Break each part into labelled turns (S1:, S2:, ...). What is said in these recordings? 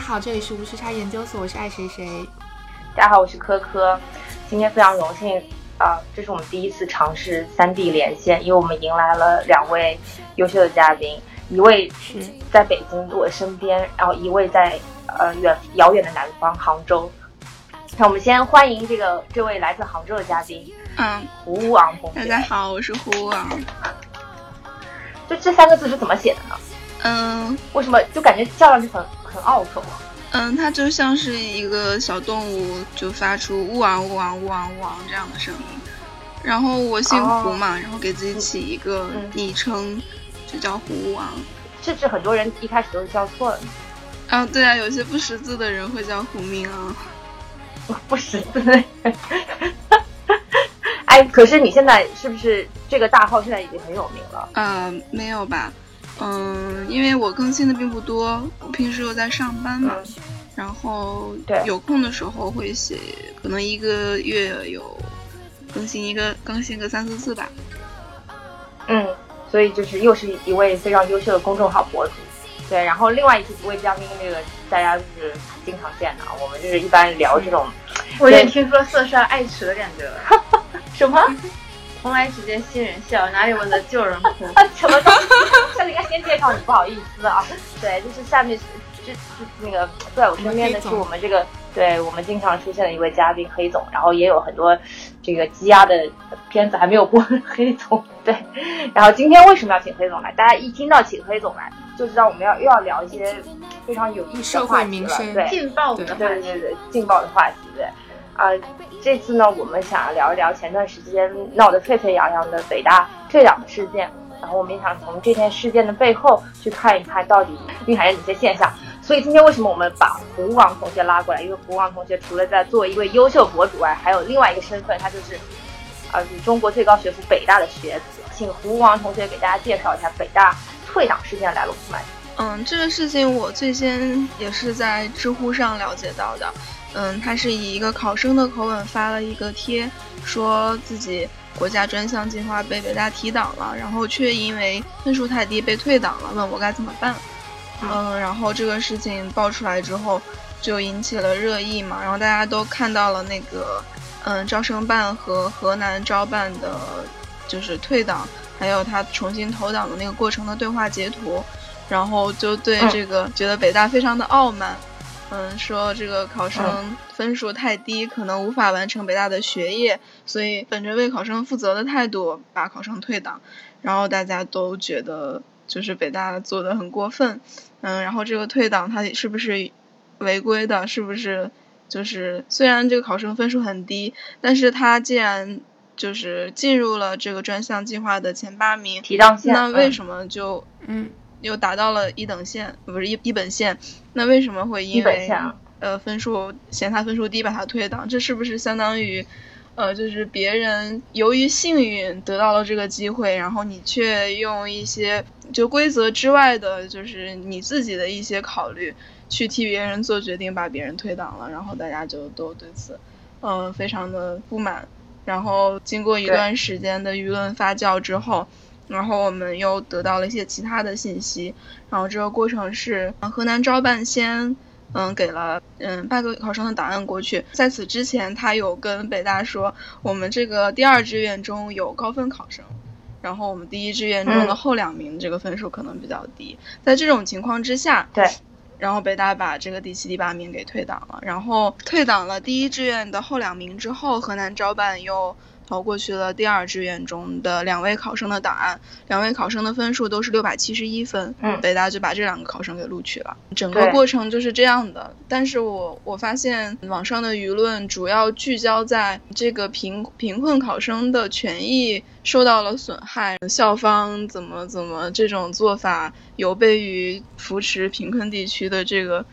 S1: 好，这里是无时差研究所，我是爱谁谁。
S2: 大家好，我是科科，今天非常荣幸啊、这是我们第一次尝试三 D 连线，因为我们迎来了两位优秀的嘉宾，一位
S1: 是
S2: 在北京我身边，然后一位在呃远遥远的南方杭州。那我们先欢迎这个这位来自杭州的嘉宾
S3: 嗯，
S2: 胡乌昂同
S3: 大
S2: 学。
S3: 家好，我是胡昂。
S2: 就这三个字是怎么写的呢？
S3: 嗯
S2: 为什么就感觉叫上去很很拗口？啊
S3: 嗯，它就像是一个小动物，就发出呜昂呜昂呜昂呜昂这样的声音。然后我姓胡嘛，然后给自己起一个
S2: 嗯
S3: 昵称，就叫胡乌昂。
S2: 甚至很多人一开始都是叫错了，
S3: 啊，对啊，有些不识字的人会叫胡明昂。
S2: 不识字。 哎，可是你现在是不是这个大号现在已经很有名了？
S3: 呃，没有吧？嗯，因为我更新的并不多，我平时又在上班嘛，
S2: 嗯，
S3: 然后
S2: 对
S3: 有空的时候会写，可能一个月有更新一个更新个三四次吧。
S2: 嗯，所以就是又是一位非常优秀的公众号博主。对，然后另外一位嘉宾，那个大家就是经常见的啊，我们就是一般聊这种
S4: 我有点听说色衰爱弛的感觉了，
S2: 什么
S4: 蓬莱只见新人笑，哪里闻得旧人哭？
S2: 什么东西，下次应该先介绍你，不好意思啊。对，就是下面这这那个在我身边的是我们这个，对我们经常出现的一位嘉宾黑总，然后也有很多这个积压的片子还没有播，黑总对。然后今天为什么要请黑总来？大家一听到请黑总来，就知道我们要又要聊一些非常有意思
S1: 社
S2: 的
S1: 会
S2: 话题
S1: 民
S2: 了，
S1: 生
S2: 对。
S4: 劲爆的话
S2: 对
S4: 题，
S2: 对对，劲爆的话题。对啊、这次呢，我们想聊一聊前段时间闹得沸沸扬扬的北大退党的事件，然后我们也想从这件事件的背后去看一看到底蕴含着哪些现象。所以今天为什么我们把胡王同学拉过来？因为胡王同学除了在作为一位优秀博主外，还有另外一个身份，他就是啊、是中国最高学府北大的学子。请胡王同学给大家介绍一下北大退党事件的来龙去脉。
S3: 嗯，这个事情我最先也是在知乎上了解到的。嗯，他是以一个考生的口吻发了一个贴，说自己国家专项计划被北大提档了，然后却因为分数太低被退档了，问我该怎么办。嗯，然后这个事情爆出来之后，就引起了热议嘛，然后大家都看到了那个，嗯，招生办和河南招办的，就是退档，还有他重新投档的那个过程的对话截图，然后就对
S2: 嗯
S3: 这个、觉得北大非常的傲慢，嗯，说这个考生分数太低，可能无法完成北大的学业，所以本着为考生负责的态度把考生退档，然后大家都觉得就是北大做的很过分，嗯，然后这个退档它是不是违规的？是不是就是虽然这个考生分数很低，但是他既然就是进入了这个专项计划的前八名，
S2: 提档线，
S3: 那为
S2: 么？
S3: 什么就
S1: 嗯，
S3: 又达到了一等线，不是一一本线，那为什么会
S2: 一
S3: 因
S2: 本
S3: 为
S2: 线啊
S3: 呃分数嫌他分数低把他退档？这是不是相当于，呃，就是别人由于幸运得到了这个机会，然后你却用一些就规则之外的，就是你自己的一些考虑去替别人做决定，把别人退档了，然后大家就都对此，嗯、非常的不满。然后经过一
S2: 对
S3: 段时间的舆论发酵之后，然后我们又得到了一些其他的信息，然后这个过程是呃河南招办先。嗯，给了嗯八个考生的档案过去。在此之前，他有跟北大说，我们这个第二志愿中有高分考生，然后我们第一志愿中的
S2: 嗯
S3: 后两名这个分数可能比较低。在这种情况之下，
S2: 对，
S3: 然后北大把这个第七、第八名给退档了，然后退档了第一志愿的后两名之后，河南招办又投过去了第二志愿中的两位考生的档案，两位考生的分数都是六百七十一分，
S2: 嗯
S3: 北大就把这两个考生给录取了。整个
S2: 对
S3: 过程就是这样的，但是我我发现网上的舆论主要聚焦在这个贫贫困考生的权益受到了损害，校方怎么怎么这种做法有悖于扶持贫困地区的这个。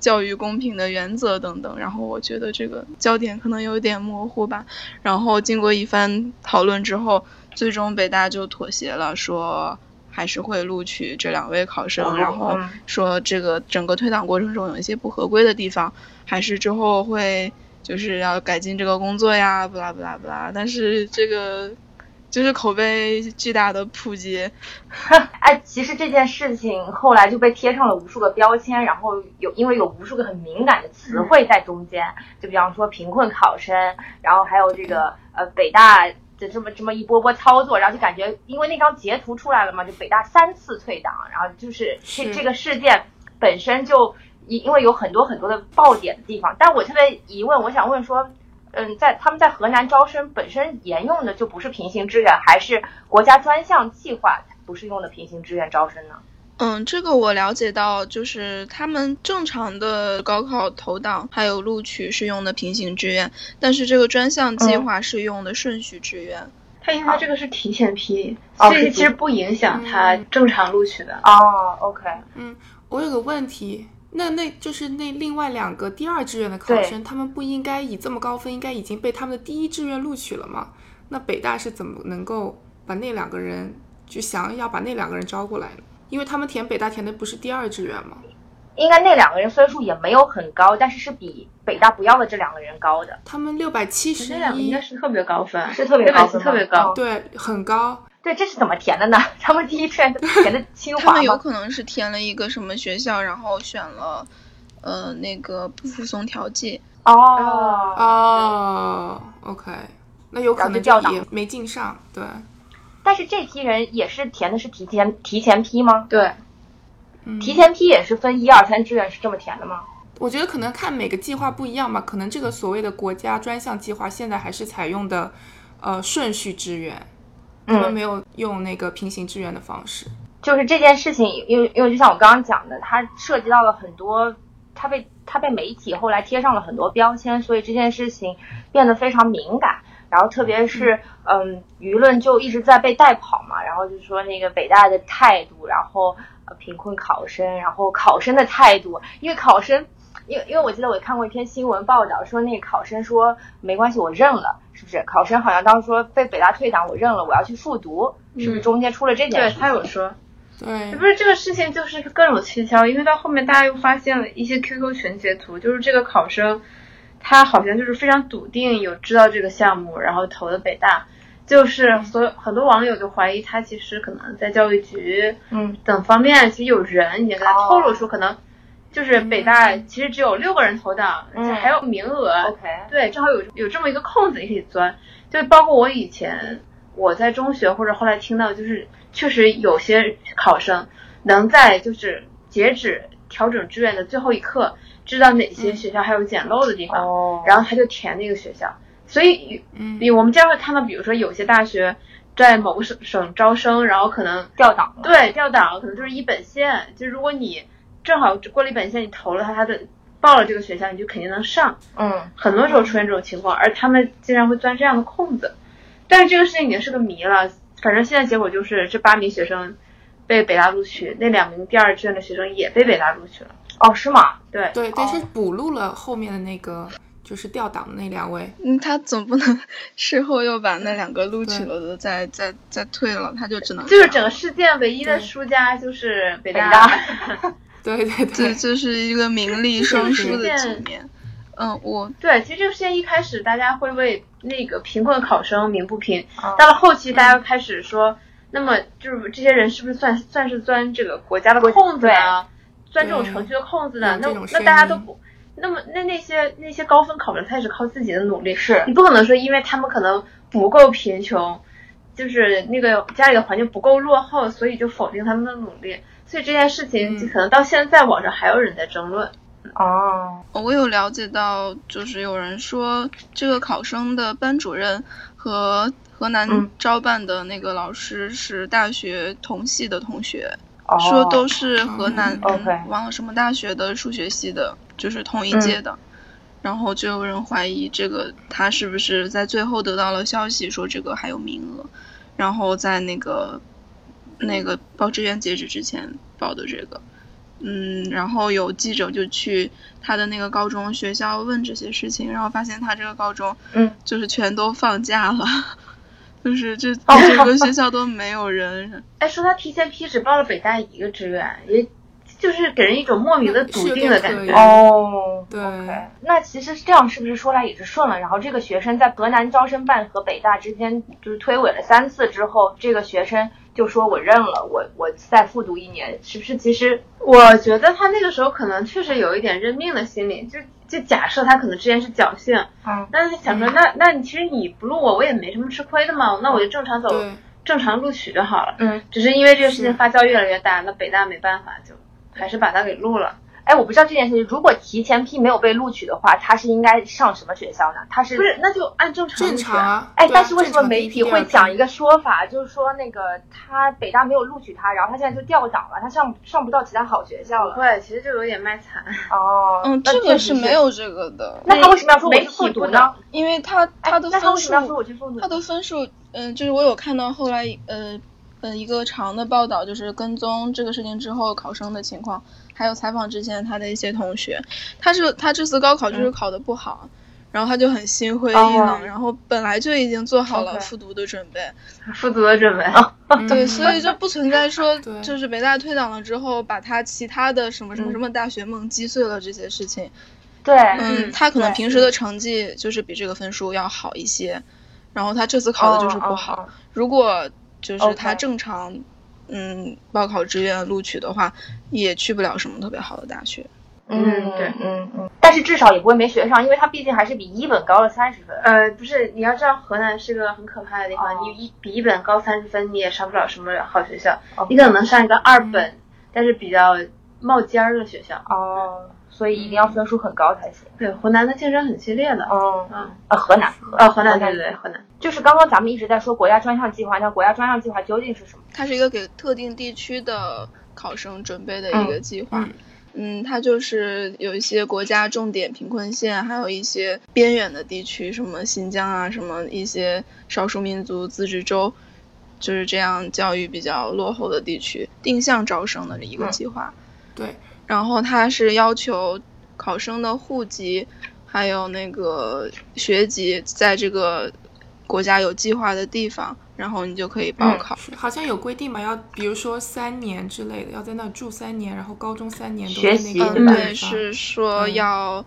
S3: 教育公平的原则等等，然后我觉得这个焦点可能有点模糊吧，然后经过一番讨论之后，最终北大就妥协了，说还是会录取这两位考生，
S2: 嗯
S3: 然后
S2: 嗯
S3: 说这个整个退档过程中有一些不合规的地方，还是之后会就是要改进这个工作呀，不啦不啦不啦。但是这个就是口碑巨大的扑街。
S2: 哎，其实这件事情后来就被贴上了无数个标签，然后有因为有无数个很敏感的词汇在中间，就比方说贫困考生，然后还有这个呃北大的这么这么一波波操作，然后就感觉因为那张截图出来了嘛，就北大三次退党，然后就是这
S1: 是
S2: 这个事件本身就因因为有很多很多的爆点的地方，但我特别疑问，我想问说。嗯，在他们在河南招生本身沿用的就不是平行志愿，还是国家专项计划不是用的平行志愿招生呢？
S3: 嗯，这个我了解到，就是他们正常的高考投档还有录取是用的平行志愿，但是这个专项计
S2: 嗯
S3: 划是用的顺序志愿。
S4: 他因为这个是提前批，
S2: 哦
S4: 所
S2: 是
S4: 以
S2: 提
S4: 其实不影响他正常录取的。
S2: 哦，OK，
S1: 我有个问题，那那就是那另外两个第二志愿的考
S2: 对
S1: 生，他们不应该以这么高分，应该已经被他们的第一志愿录取了吗？那北大是怎么能够把那两个人就想要把那两个人招过来呢？因为他们填北大填的不是第二志愿吗？
S2: 应该那两个人分数也没有很高，但是是比北大不要的这两个人高的，
S1: 他们六百七十
S4: 那两个应
S1: 一
S4: 该，是特别高分，
S2: 是特别
S4: 那
S2: 高
S4: 本
S2: 分
S4: 次
S2: 吗
S4: 特别高。
S2: 哦
S1: 对，很高。
S2: 对，这是怎么填的呢？ 他们第一志愿填的清
S3: 他
S2: 华
S3: 们有
S2: 吗？
S3: 可能是填了一个什么学校，然后选了，呃，那个不服从调剂。
S2: 哦，
S1: 哦，OK，那有可能
S2: 然后就调
S1: 也没进上，对，
S2: 但是这批人也是填的是提前提前批吗？
S4: 对，
S1: 嗯
S2: 提前批也是分一二三志愿是这么填的吗？
S1: 我觉得可能看每个计划不一样吧，可能这个所谓的国家专项计划现在还是采用的，呃，顺序支援，他们
S2: 嗯，
S1: 没有用那个平行支援的方式。
S2: 就是这件事情，因为因为就像我刚刚讲的，它涉及到了很多，它被它被媒体后来贴上了很多标签，所以这件事情变得非常敏感。然后特别是嗯，舆论就一直在被带跑嘛，然后就说那个北大的态度，然后呃贫困考生，然后考生的态度，因为考生。因为因为我记得我看过一篇新闻报道，说那个考生说没关系，我认了，是不是？考生好像当时说被北大退党，我认了，我要去复读，是不是？
S4: 嗯
S2: 中间出了这件
S4: 对
S2: 事情，
S4: 他有说，
S1: 对
S4: 不，是这个事情就是各种蹊跷，因为到后面大家又发现了一些 QQ 群截图，就是这个考生，他好像就是非常笃定有知道这个项目，然后投的北大，就是所有很多网友就怀疑他其实可能在教育局
S2: 嗯，
S4: 等方面，其实有人已经给他
S2: 哦
S4: 透露出可能。就是北大其实只有六个人投档，而且
S2: 嗯
S4: 还有名额，
S2: OK，
S4: 对，正好有有这么一个空子你可以钻。就包括我以前我在中学或者后来听到，就是确实有些考生能在就是截止调整志愿的最后一刻，知道哪些学校还有捡漏的地方，
S2: 哦然后
S4: 然后他就填那个学校。所以，
S1: 嗯，
S4: 比我们经常会看到，比如说有些大学在某个省省招生，然后可能
S2: 调档了，
S4: 对，调档了，可能就是一本线。就如果你正好过了一本线，你投了他，他的报了这个学校，你就肯定能上。
S2: 嗯，
S4: 很多时候出现这种情况，而他们经常会钻这样的空子。但是这个事情已经是个谜了，反正现在结果就是这八名学生被北大录取，那两名第二志愿的学生也被北大录取了。
S2: 哦，是吗？
S4: 对，
S1: 对，但
S2: 哦
S1: 是补录了后面的那个就是调档的那两位，
S3: 嗯，他总不能 事后又把那两个录取了的再再再退了，他就只能
S4: 就是
S3: 这
S4: 整
S3: 样
S4: 个事件唯一的
S1: 对
S4: 输家就是北
S2: 北
S4: 大。
S2: 大
S1: 对对
S3: 这
S1: 对，
S3: 就是一个名利双
S1: 就是
S3: 输的
S4: 现
S3: 局面。嗯，我
S4: 对，其实这个事件一开始大家会为那个贫困考生鸣不平，
S1: 哦
S2: 嗯
S4: 到了后期大家开始说，那么就是这些人是不是算算是钻这个国家的空子呢？钻这种程序的空子呢？
S1: 嗯
S4: 那
S1: 有这种
S4: 那
S1: 声音
S4: 大家都不，那么那那些那些高分考生，他也是靠自己的努力，
S2: 是
S4: 你不可能说因为他们可能不够贫穷，就是那个家里的环境不够落后，所以就否定他们的努力。所以这件事情
S1: 嗯
S4: 可能到现在网上还有人在争论。
S2: 哦，
S3: 我有了解到，就是有人说这个考生的班主任和河南
S2: 嗯
S3: 招办的那个老师是大学同系的同学。
S2: 哦
S3: 说都是河南、
S2: 嗯 OK
S3: 忘了什么大学的数学系的，就是同一
S2: 嗯
S3: 届的。然后就有人怀疑这个他是不是在最后得到了消息说这个还有名额，然后在那个那个报志愿截止之前报的这个。嗯，然后有记者就去他的那个高中学校问这些事情，然后发现他这个高中，
S2: 嗯，
S3: 就是全都放假 了，就是这
S2: 哦
S3: 整个学校都没有人，
S4: 哎，说他提前批只报了北大一个志愿，也就是给人一种莫名的笃定的感
S1: 是有
S4: 觉
S1: 点。
S2: 哦，
S1: 对
S2: OK 那其实这样是不是说来也是顺了？然后这个学生在河南招生办和北大之间就是推诿了三次之后，这个学生就说我认了，我我再复读一年，是不是？其实
S4: 我觉得他那个时候可能确实有一点认命的心理，就就假设他可能之前是侥幸，
S2: 嗯，
S4: 但是想说那那你其实你不录我，我也没什么吃亏的嘛，那我就正常走，
S1: 对，
S4: 正常录取就好了。
S2: 嗯，
S4: 只是因为这个事
S1: 是
S4: 情发酵越来越大，那北大没办法就还是把他给录了。
S2: 哎，我不知道这件事情，如果提前批没有被录取的话，他是应该上什么学校呢？他是
S4: 不是，那就按正常
S1: 正
S4: 录取
S1: 常。啊。
S2: 哎，
S1: 对啊
S2: 但是为什么媒体会讲一？
S1: 正常第一批第二批
S2: 个说法，就是说那个他北大没有录取他，然后他现在就调档了，他上上不到其他好学校了。
S4: 对，其实就有点卖惨。
S2: 哦，
S3: 嗯，
S2: 那
S3: 这
S2: 确
S3: 个
S2: 实
S3: 是没。有这个的，
S2: 那他为什么要说我
S4: 媒
S2: 是
S4: 体
S2: 复
S4: 不
S2: 读
S4: 能
S2: 呢？
S3: 因为他他的
S2: 哎那他
S3: 分
S2: 为什么要说
S3: 数，
S2: 我去复读
S3: 他？的分数，嗯，就是我有看到后来呃呃一个长的报道，就是跟踪这个事情之后考生的情况，还有采访之前他的一些同学，他是他这次高考就是考的不好。然后他就很心灰意冷
S2: 嗯哦
S3: 然后本来就已经做好了
S2: OK
S3: 复读的准备，
S4: 复读的准备。
S1: 嗯
S3: 对，所以就不存在说
S1: 对嗯
S3: 就是北大退档了之后，把他其他的什么什么什么大学梦击碎了这些事情。
S2: 对，
S3: 嗯，
S4: 嗯
S3: 他可能
S2: 对
S3: 平时的成绩就是比这个分数要好一些，然后他这次考的就是不好。
S2: 哦。哦哦
S3: 如果就是他
S2: OK
S3: 正常嗯报考志愿录取的话，也去不了什么特别好的大学。
S2: 嗯，
S4: 嗯对
S2: 嗯嗯。但是至少也不会没学上，因为他毕竟还是比一本高了三十分。
S4: 呃，不是，你要知道河南是个很可怕的地方，
S2: 哦
S4: 你一比一本高三十分，你也上不了什么好学校，
S2: 哦
S4: 你可能能上一个二本，但是比较冒尖儿的学校。
S2: 哦，所以一定要分数很高才行。
S4: 对，湖南的竞争很激烈的。
S2: 嗯，
S4: 嗯，
S2: 呃，河南，
S4: 哦，河南，对对对，河南。
S2: 就是刚刚咱们一直在说国家专项计划，那国家专项计划究竟是什么？
S3: 它是一个给特定地区的考生准备的一个计划。
S1: 嗯
S3: 嗯它就是有一些国家重点贫困县，还有一些边远的地区，什么新疆啊，什么一些少数民族自治州，就是这样教育比较落后的地区定向招生的一个计划。
S1: 对，
S3: 然后它是要求考生的户籍还有那个学籍在这个国家有计划的地方，然后你就可以报
S2: 嗯
S3: 考。
S1: 是好像有规定吧，要比如说三年之类的，要在那住三年，然后高中三年都在那
S2: 学习
S1: 个
S2: 对
S3: 嗯，
S1: 地
S2: 吧
S3: 对，
S1: 方
S3: 是说
S1: 嗯
S3: 要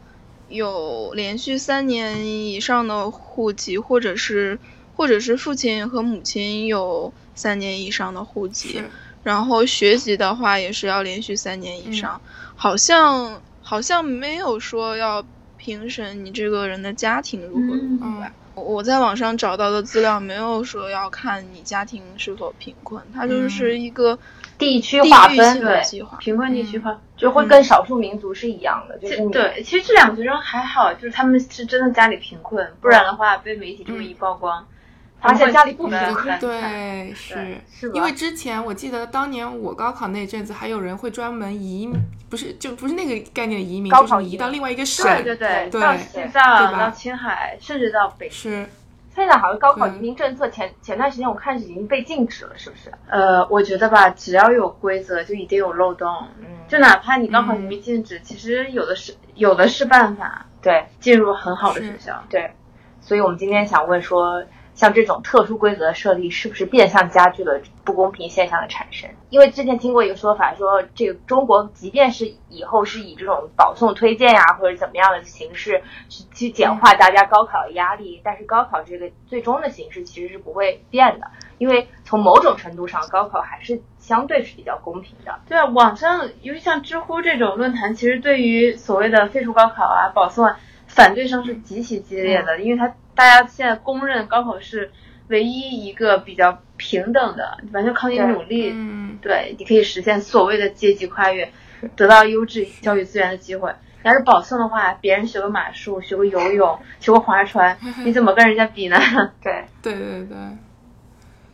S3: 有连续三年以上的户籍，或者是或者是父亲和母亲有三年以上的户籍
S1: 是，
S3: 然后学籍的话也是要连续三年以上，好像好像没有说要评审你这个人的家庭如何
S2: 嗯
S3: 如何
S1: 嗯
S3: 吧。我在网上找到的资料没有说要看你家庭是否贫困，它就是一个
S2: 嗯地区
S3: 地
S2: 划
S3: 域
S2: 分
S3: 性的
S4: 对
S3: 计划。
S4: 贫困地区化。
S2: 就会跟少数民族是一样的，就是
S4: 这
S2: 你
S4: 对，其实这两个学生还好，就是他们是真的家里贫困，不然的话被媒体这么一曝光，
S2: 发现家里不
S4: 嗯他们
S2: 贫
S4: 会
S2: 困
S4: 很惨。
S1: 对，是
S2: 是吧
S1: 因为之前我记得当年我高考那阵子，还有人会专门移，不是就不是那个概念的移民，
S2: 高
S1: 就是
S2: 考
S1: 你
S2: 移
S1: 移到
S2: 民
S1: 另外一个省，
S4: 对对对，
S1: 对
S4: 到
S1: 对
S4: 西
S1: 对
S4: 藏、
S1: 吧
S4: 到青海，甚至到北，
S1: 是
S2: 现在好像高考
S1: 对
S2: 移民政策前前段时间我看是已经被禁止了，是不是？
S4: 呃，我觉得吧，只要有规则，就一定有漏洞。
S2: 嗯
S4: 就哪怕你高考移民禁止，其实有的是有的是办法
S2: 对
S4: 进入很好的学校。
S2: 对，所以我们今天想问说，像这种特殊规则的设立，是不是变相加剧了不公平现象的产生？因为之前听过一个说法说，这个中国即便是以后是以这种保送推荐呀、或者怎么样的形式去去简化大家高考的压力，但是高考这个最终的形式其实是不会变的，因为从某种程度上，高考还是相对是比较公平的。
S4: 对啊，网上尤其像知乎这种论坛，其实对于所谓的废除高考啊、保送啊，反对声是极其激烈的，因为它大家现在公认高考是唯一一个比较平等的，完全靠你
S2: 对
S4: 努力，
S1: 嗯，
S4: 对，你可以实现所谓的阶级跨越，得到优质教育资源的机会。你要是保送的话，别人学过马术，学过游泳，学过划船，你怎么跟人家比呢？
S2: 对，
S1: 对对对。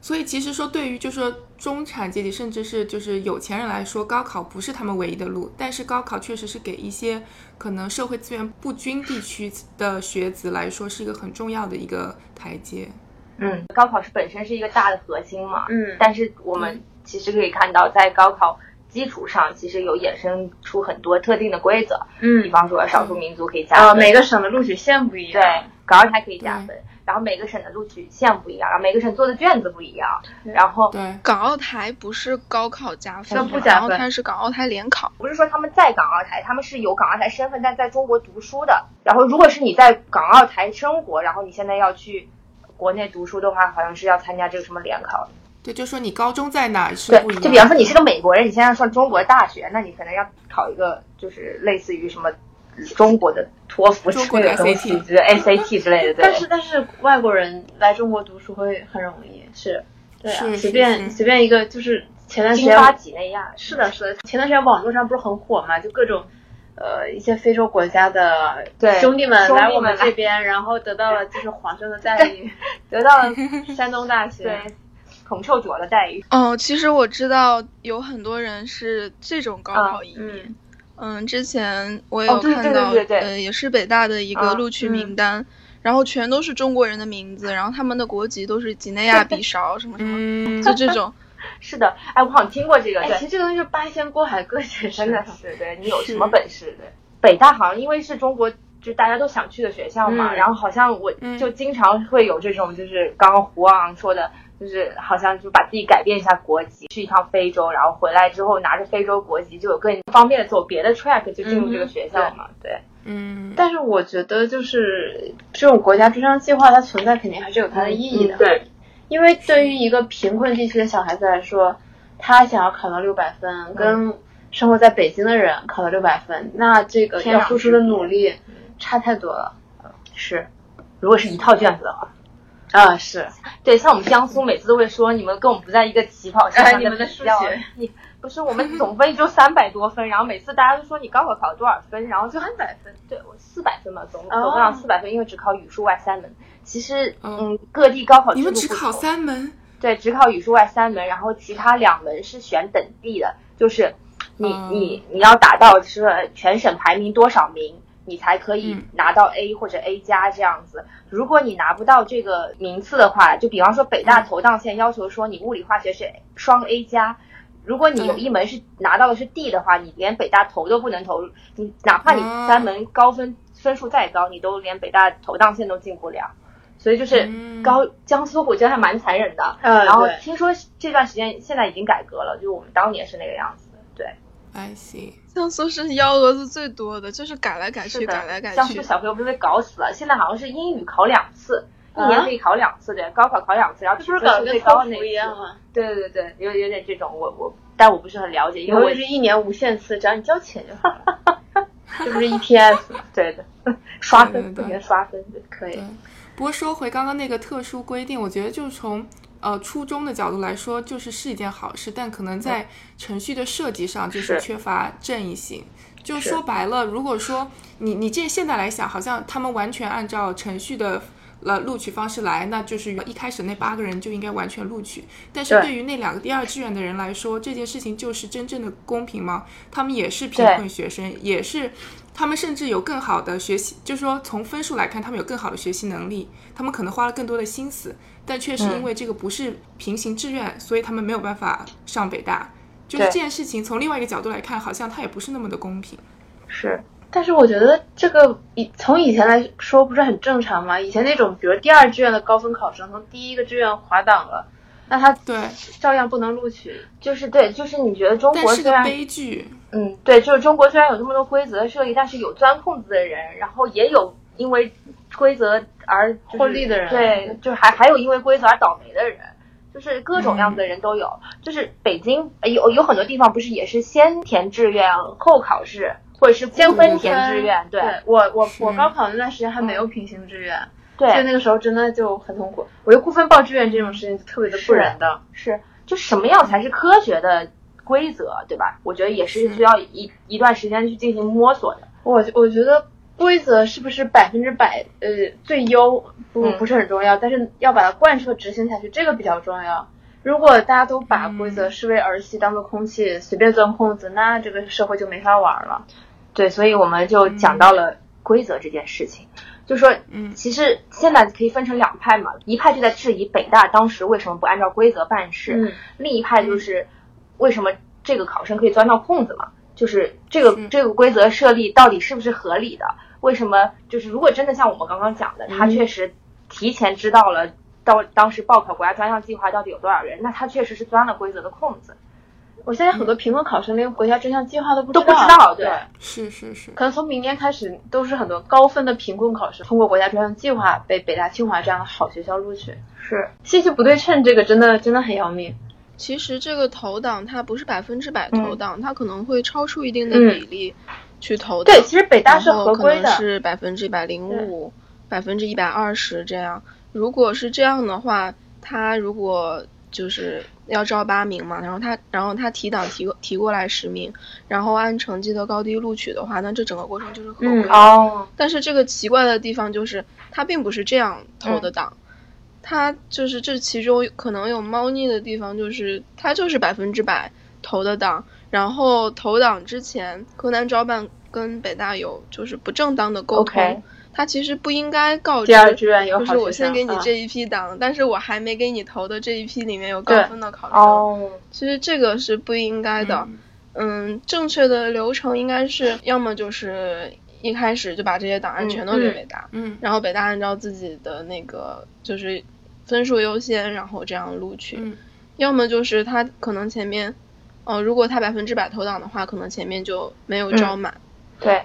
S1: 所以其实说，对于就是说中产阶级，甚至是就是有钱人来说，高考不是他们唯一的路，但是高考确实是给一些可能社会资源不均地区的学子来说，是一个很重要的一个台阶。
S2: 嗯，高考是本身是一个大的核心嘛，
S4: 嗯，
S2: 但是我们其实可以看到，在高考基础上，其实有衍生出很多特定的规则，比
S4: 嗯，
S2: 方说少数民族可以加
S4: 呃，
S2: 分，
S4: 每个省的录取线不一样。
S2: 对，港澳台可以加分，然后每个省的录取线不一样，然后每个省做的卷子不一样，然后
S1: 对，
S3: 港澳台不是高考加分
S4: 那
S3: 吗，
S4: 不加
S3: 然后
S4: 分
S3: 它是港澳台联考。
S2: 不是说他们在港澳台，他们是有港澳台身份，但在中国读书的。然后如果是你在港澳台生活，然后你现在要去国内读书的话，好像是要参加这个什么联考。
S1: 对，就说你高中在哪是
S2: 对
S1: 不一，样的。
S2: 就比方说你是个美国人，你现在上中国大学，那你可能要考一个就是类似于什么中国的托福之
S1: 中国
S2: 类
S1: 的
S2: 的东西
S1: SAT
S2: 之类 SAT 之类的。对
S4: 但是但是外国人来中国读书会很容易，是，对啊，
S1: 是
S4: 随
S1: 是
S4: 便
S1: 是
S4: 随便一个就是前段时
S2: 津
S4: 间
S2: 巴几内亚
S4: 是的，是的，前段时间网络上不是很火嘛，就各种。呃，一些非洲国家的
S2: 对
S4: 兄弟们
S2: 兄弟
S4: 来我们
S2: 们来
S4: 这边，然后得到了就是皇上的待 遇，
S2: 得到 了
S4: 山东大学。
S2: 对孔臭卓的待遇。
S3: 哦，其实我知道有很多人是这种高考移民。
S4: 嗯，
S3: 嗯，之前我也
S2: 啊哦
S3: 有
S2: 对对
S3: 看到，
S2: 对对对
S3: 呃，也是北大的一个
S2: 啊
S3: 录取
S4: 嗯
S3: 名单，然后全都是中国人的名字，然后他们的国籍都是几内亚、比绍什么什么，
S1: 嗯，
S3: 就这种。
S2: 是的，哎，我好像听过这个，
S4: 哎，
S2: 对
S4: 其，实这个东西就是八仙过海各显
S2: 真
S4: 身
S2: 的
S4: 份
S2: 是，对你有什么本事？对，北大好像因为是中国，就是大家都想去的学校嘛，
S4: 嗯
S2: 然后好像我
S1: 嗯
S2: 就经常会有这种，就是刚刚胡昂说的，就是好像就把自己改变一下国籍，去一趟非洲，然后回来之后拿着非洲国籍，就有更方便的走别的 track，就进入这个学校嘛。对，
S1: 嗯，
S4: 但是我觉得就是这种国家追商计划，它存在肯定还是有它的意义的。
S2: 嗯对，
S4: 因为对于一个贫困地区的小孩子来说，他想要考到六百分，跟生活在北京的人考到六百分，那这个
S2: 天壤
S4: 要付出的努力差太多了。
S2: 是，如果是一套卷子的话，
S4: 啊，是，
S2: 对，像我们江苏每次都会说你们跟我们不在一个起跑线
S4: 哎
S2: 上
S4: 你们的
S2: 比
S4: 数
S2: 较
S4: 学，
S2: 你不是我们总分就三百多分，然后每次大家都说你高考考了多少分，然后就
S4: 三百分。
S2: 对我四百分嘛，总总
S4: 哦
S2: 共要四百分，因为只考语数外三门。其实，
S1: 嗯
S2: 嗯，各地高考
S1: 你们
S2: 制
S1: 只
S2: 度不
S1: 考
S2: 同
S1: 三门，
S2: 对，只考语数外三门，然后其他两门是选本地的，就是你、
S1: 嗯
S2: 你你要达到是全省排名多少名，你才可以
S1: 嗯
S2: 拿到 A 或者 A 加这样子。如果你拿不到这个名次的话，就比方说北
S1: 嗯
S2: 大投档线要求说你物理化学是双 A 加。如果你有
S1: 嗯
S2: 一门是拿到的是 D 的话，你连北大投都不能投，你哪怕你
S1: 啊
S2: 三门高分分数再高，你都连北大投档线都进不了。所以就是
S1: 嗯
S2: 高、江苏，我觉得还蛮残忍的。
S4: 嗯，
S2: 然后
S4: 对
S2: 听说这段时间现在已经改革了，就是我们当年是那个样子的。对，
S1: I see。
S3: 江苏是幺蛾子最多的，就是改来改
S2: 是
S3: 去，
S2: 的
S3: 改来改
S2: 江苏
S3: 去。
S2: 小朋友不是被搞死了，现在好像是英语考两次，一
S4: 啊
S2: 年可以考两次，对，高考考两次，然后
S4: 这
S2: 取
S4: 不是
S2: 分
S4: 搞
S2: 数
S4: 得
S2: 最
S4: 跟
S2: 高
S4: 托
S2: 的那
S4: 福一样啊吗？
S2: 对对对，有有点这种，我我，但我不是很了解，
S4: 以
S2: 因
S4: 后
S2: 为
S4: 就
S2: 我
S4: 是一年无限次，只要你交钱就好了。 这不是 E EPS
S2: 对的刷
S1: 嗯
S2: 分，
S1: 对对
S2: 不
S1: 对
S2: 停刷分，对，可以。
S1: 对，不过说回刚刚那个特殊规定，我觉得就是从呃初中的角度来说，就是是一件好事，但可能在程序的设计上就是
S2: 是
S1: 缺乏正义性。就是说白了，如果说你你这现在来想，好像他们完全按照程序的。呃，录取方式来，那就是一开始那八个人就应该完全录取。但是
S2: 对
S1: 对于那两个第二志愿的人来说，这件事情就是真正的公平吗？他们也是贫
S2: 对
S1: 困学生，也是他们甚至有更好的学习，就是说从分数来看，他们有更好的学习能力，他们可能花了更多的心思，但确实
S2: 嗯
S1: 因为这个不是平行志愿，所以他们没有办法上北大。就是
S2: 对
S1: 这件事情从另外一个角度来看，好像它也不是那么的公平。
S2: 是，
S4: 但是我觉得这个以从以前来说不是很正常吗？以前那种比如第二志愿的高分考生从第一个志愿滑档了，那他
S1: 对，
S4: 照样不能录取。
S2: 就是对，就是你觉得中
S1: 但
S2: 国
S1: 是个
S2: 虽然
S1: 悲剧。
S2: 嗯，对，就是中国虽然有这么多规则设立，但是有钻空子的人，然后也有因为规则而、就是、
S4: 获利的人
S2: 对，就是还还有因为规则而倒霉的人，就是各种样子的人都有。就是北京呃有有很多地方不是也是先填志愿后考试，或者是
S4: 先
S2: 不分
S1: 估
S2: 填志愿，对
S4: 我我我
S1: 是
S4: 高考那段时间还没有平行志愿，
S2: 对，
S4: 所以那个时候真的就很痛苦。我觉得估分报志愿这种事情就特别的不人道。
S2: 是，就什么样才是科学的规则，对吧？我觉得也是
S1: 是
S2: 需要一一段时间去进行摸索的。
S4: 我我觉得规则是不是百分之百呃最优不
S2: 嗯
S4: 不是很重要，但是要把它贯彻执行下去，这个比较重要。如果大家都把规则视为儿戏，当做空气，随便钻空子，那这个社会就没法玩了。
S2: 对，所以我们就讲到了规则这件事情，就说，
S1: 嗯
S2: 其实现在可以分成两派嘛，一派就在质疑北大当时为什么不按照规则办事，
S4: 嗯，
S2: 另一派就是为什么这个考生可以钻到空子嘛，就是这个
S1: 是
S2: 这个规则设立到底是不是合理的？为什么就是如果真的像我们刚刚讲的，它
S4: 嗯
S2: 确实提前知道了到当时报考国家专项计划到底有多少人，那他确实是钻了规则的空子，
S4: 我现在很多评分考生连国家专项计划都不
S2: 都
S4: 道
S2: 不知道。对，
S1: 是是是，
S4: 可能从明年开始，都是很多高分的贫困考生通过国家专项计划被北大、清华这样的好学校录取。
S2: 是
S4: 信息不对称，这个真的真的很要命。
S3: 其实这个投档它不是百分之百
S2: 嗯
S3: 投档，它可能会超出一定的
S4: 嗯
S3: 比例去投档。
S4: 对，其实北大是
S3: 然后
S4: 合
S3: 可
S4: 规
S3: 能
S4: 的，
S3: 是百分之一百零五、百分之一百二十这样。如果是这样的话，他如果就是要招八名嘛，然后他然后他提档提过提过来十名，然后按成绩的高低录取的话，那这整个过程就是合规
S4: 嗯
S3: 的。
S2: 哦，
S3: 但是这个奇怪的地方就是，它并不是这样投
S4: 嗯
S3: 的档，它就是这其中可能有猫腻的地方，就是它就是百分之百投的档，然后投档之前，河南招办跟北大有就是不正当的沟通
S2: OK
S3: 他其实不应该告知
S4: 第。二志愿有好
S3: 就
S4: 学校。
S3: 是我先给你
S4: 啊
S3: 这一批档，但是我还没给你投的这一批里面有高
S4: 对
S3: 分的考生，
S2: 哦，
S3: 其实这个是不应该的。
S1: 嗯
S3: 嗯，正确的流程应该是，要么就是一开始就把这些档案全都给北大，
S1: 嗯
S3: 然后北大按照自己的那个就是分数优先，然后这样录取；
S1: 嗯
S3: 要么就是他可能前面，呃，如果他百分之百投档的话，可能前面就没有招满。
S2: 对，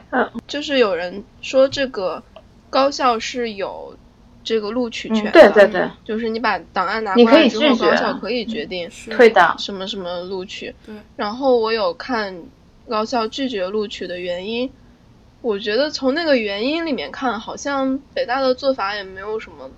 S3: 就是有人说这个高校是有这个录取权的，
S4: 对对对，
S3: 就是你把档案拿
S4: 你
S3: 过
S4: 可
S3: 来
S4: 以
S3: 之后，
S4: 拒绝
S3: 高校可以决定
S1: 是
S4: 退档。
S3: 什么什么录取。
S1: 对，
S3: 然后我有看高校拒绝录取的原因，我觉得从那个原因里面看，好像北大的做法也没有什么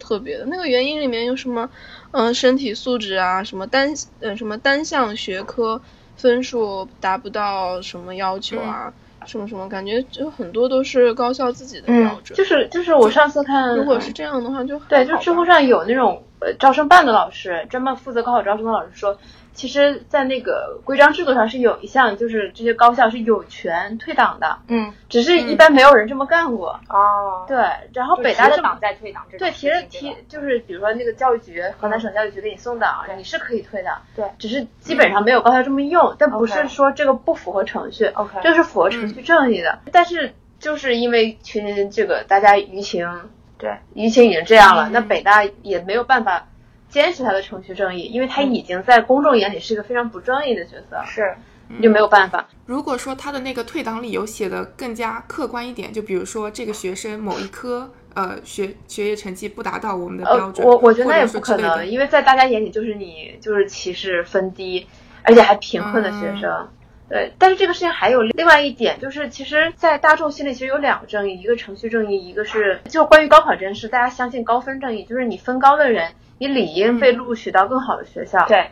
S3: 特别的。那个原因里面有什么，嗯、身体素质啊，什么单呃什么单项学科分数达不到什么要求啊，什么什么，感觉就很多都是高校自己的
S2: 嗯
S3: 标准。
S4: 就是就是我上次看，
S3: 如果是这样的话就很好吧，
S4: 对，就知乎上有那种呃招生办的老师，专门负责高考招生的老师说，其实，在那个规章制度上是有一项，就是这些高校是有权退档的，
S2: 嗯，
S4: 只是一般没有人这么干过。
S2: 哦，
S4: 对，然后
S2: 就
S4: 北大
S2: 提
S4: 这
S2: 着档再退档这种
S4: 对，提着
S2: 事情
S4: 提
S2: 吧嗯
S4: 就是比如说那个教育局，河南省教育局给你送档，
S2: 对
S4: 你是可以退档，
S2: 对
S4: 只是基本上没有高校这么用，但不是
S2: OK
S4: 说这个不符合程序，
S2: OK，
S4: 这是符
S1: 嗯
S4: 合程序正义的。但是就是因为群这个大家舆情，
S2: 对，
S4: 舆情已经这样了，
S1: 嗯
S4: 那北大也没有办法坚持他的程序正义，因为他已经在公众眼里是一个非常不正义的角色，
S2: 是
S1: 嗯
S4: 就没有办法。
S1: 如果说他的那个退档理由写的更加客观一点，就比如说这个学生某一科呃学学业成绩不达到我们的标
S4: 呃，
S1: 准，
S4: 我我觉得那也
S1: 或者
S4: 不
S1: 说
S4: 可
S1: 之类的
S4: 能，因为在大家眼里就是你就是歧视分低，而且还贫困的
S1: 嗯
S4: 学生。对，但是这个事情还有另外一点，就是其实，在大众心里其实有两个正义，一个程序正义，一个是就关于高考这件事，大家相信高分正义，就是你分高的人，你理应被录取到更好的学校。
S2: 对，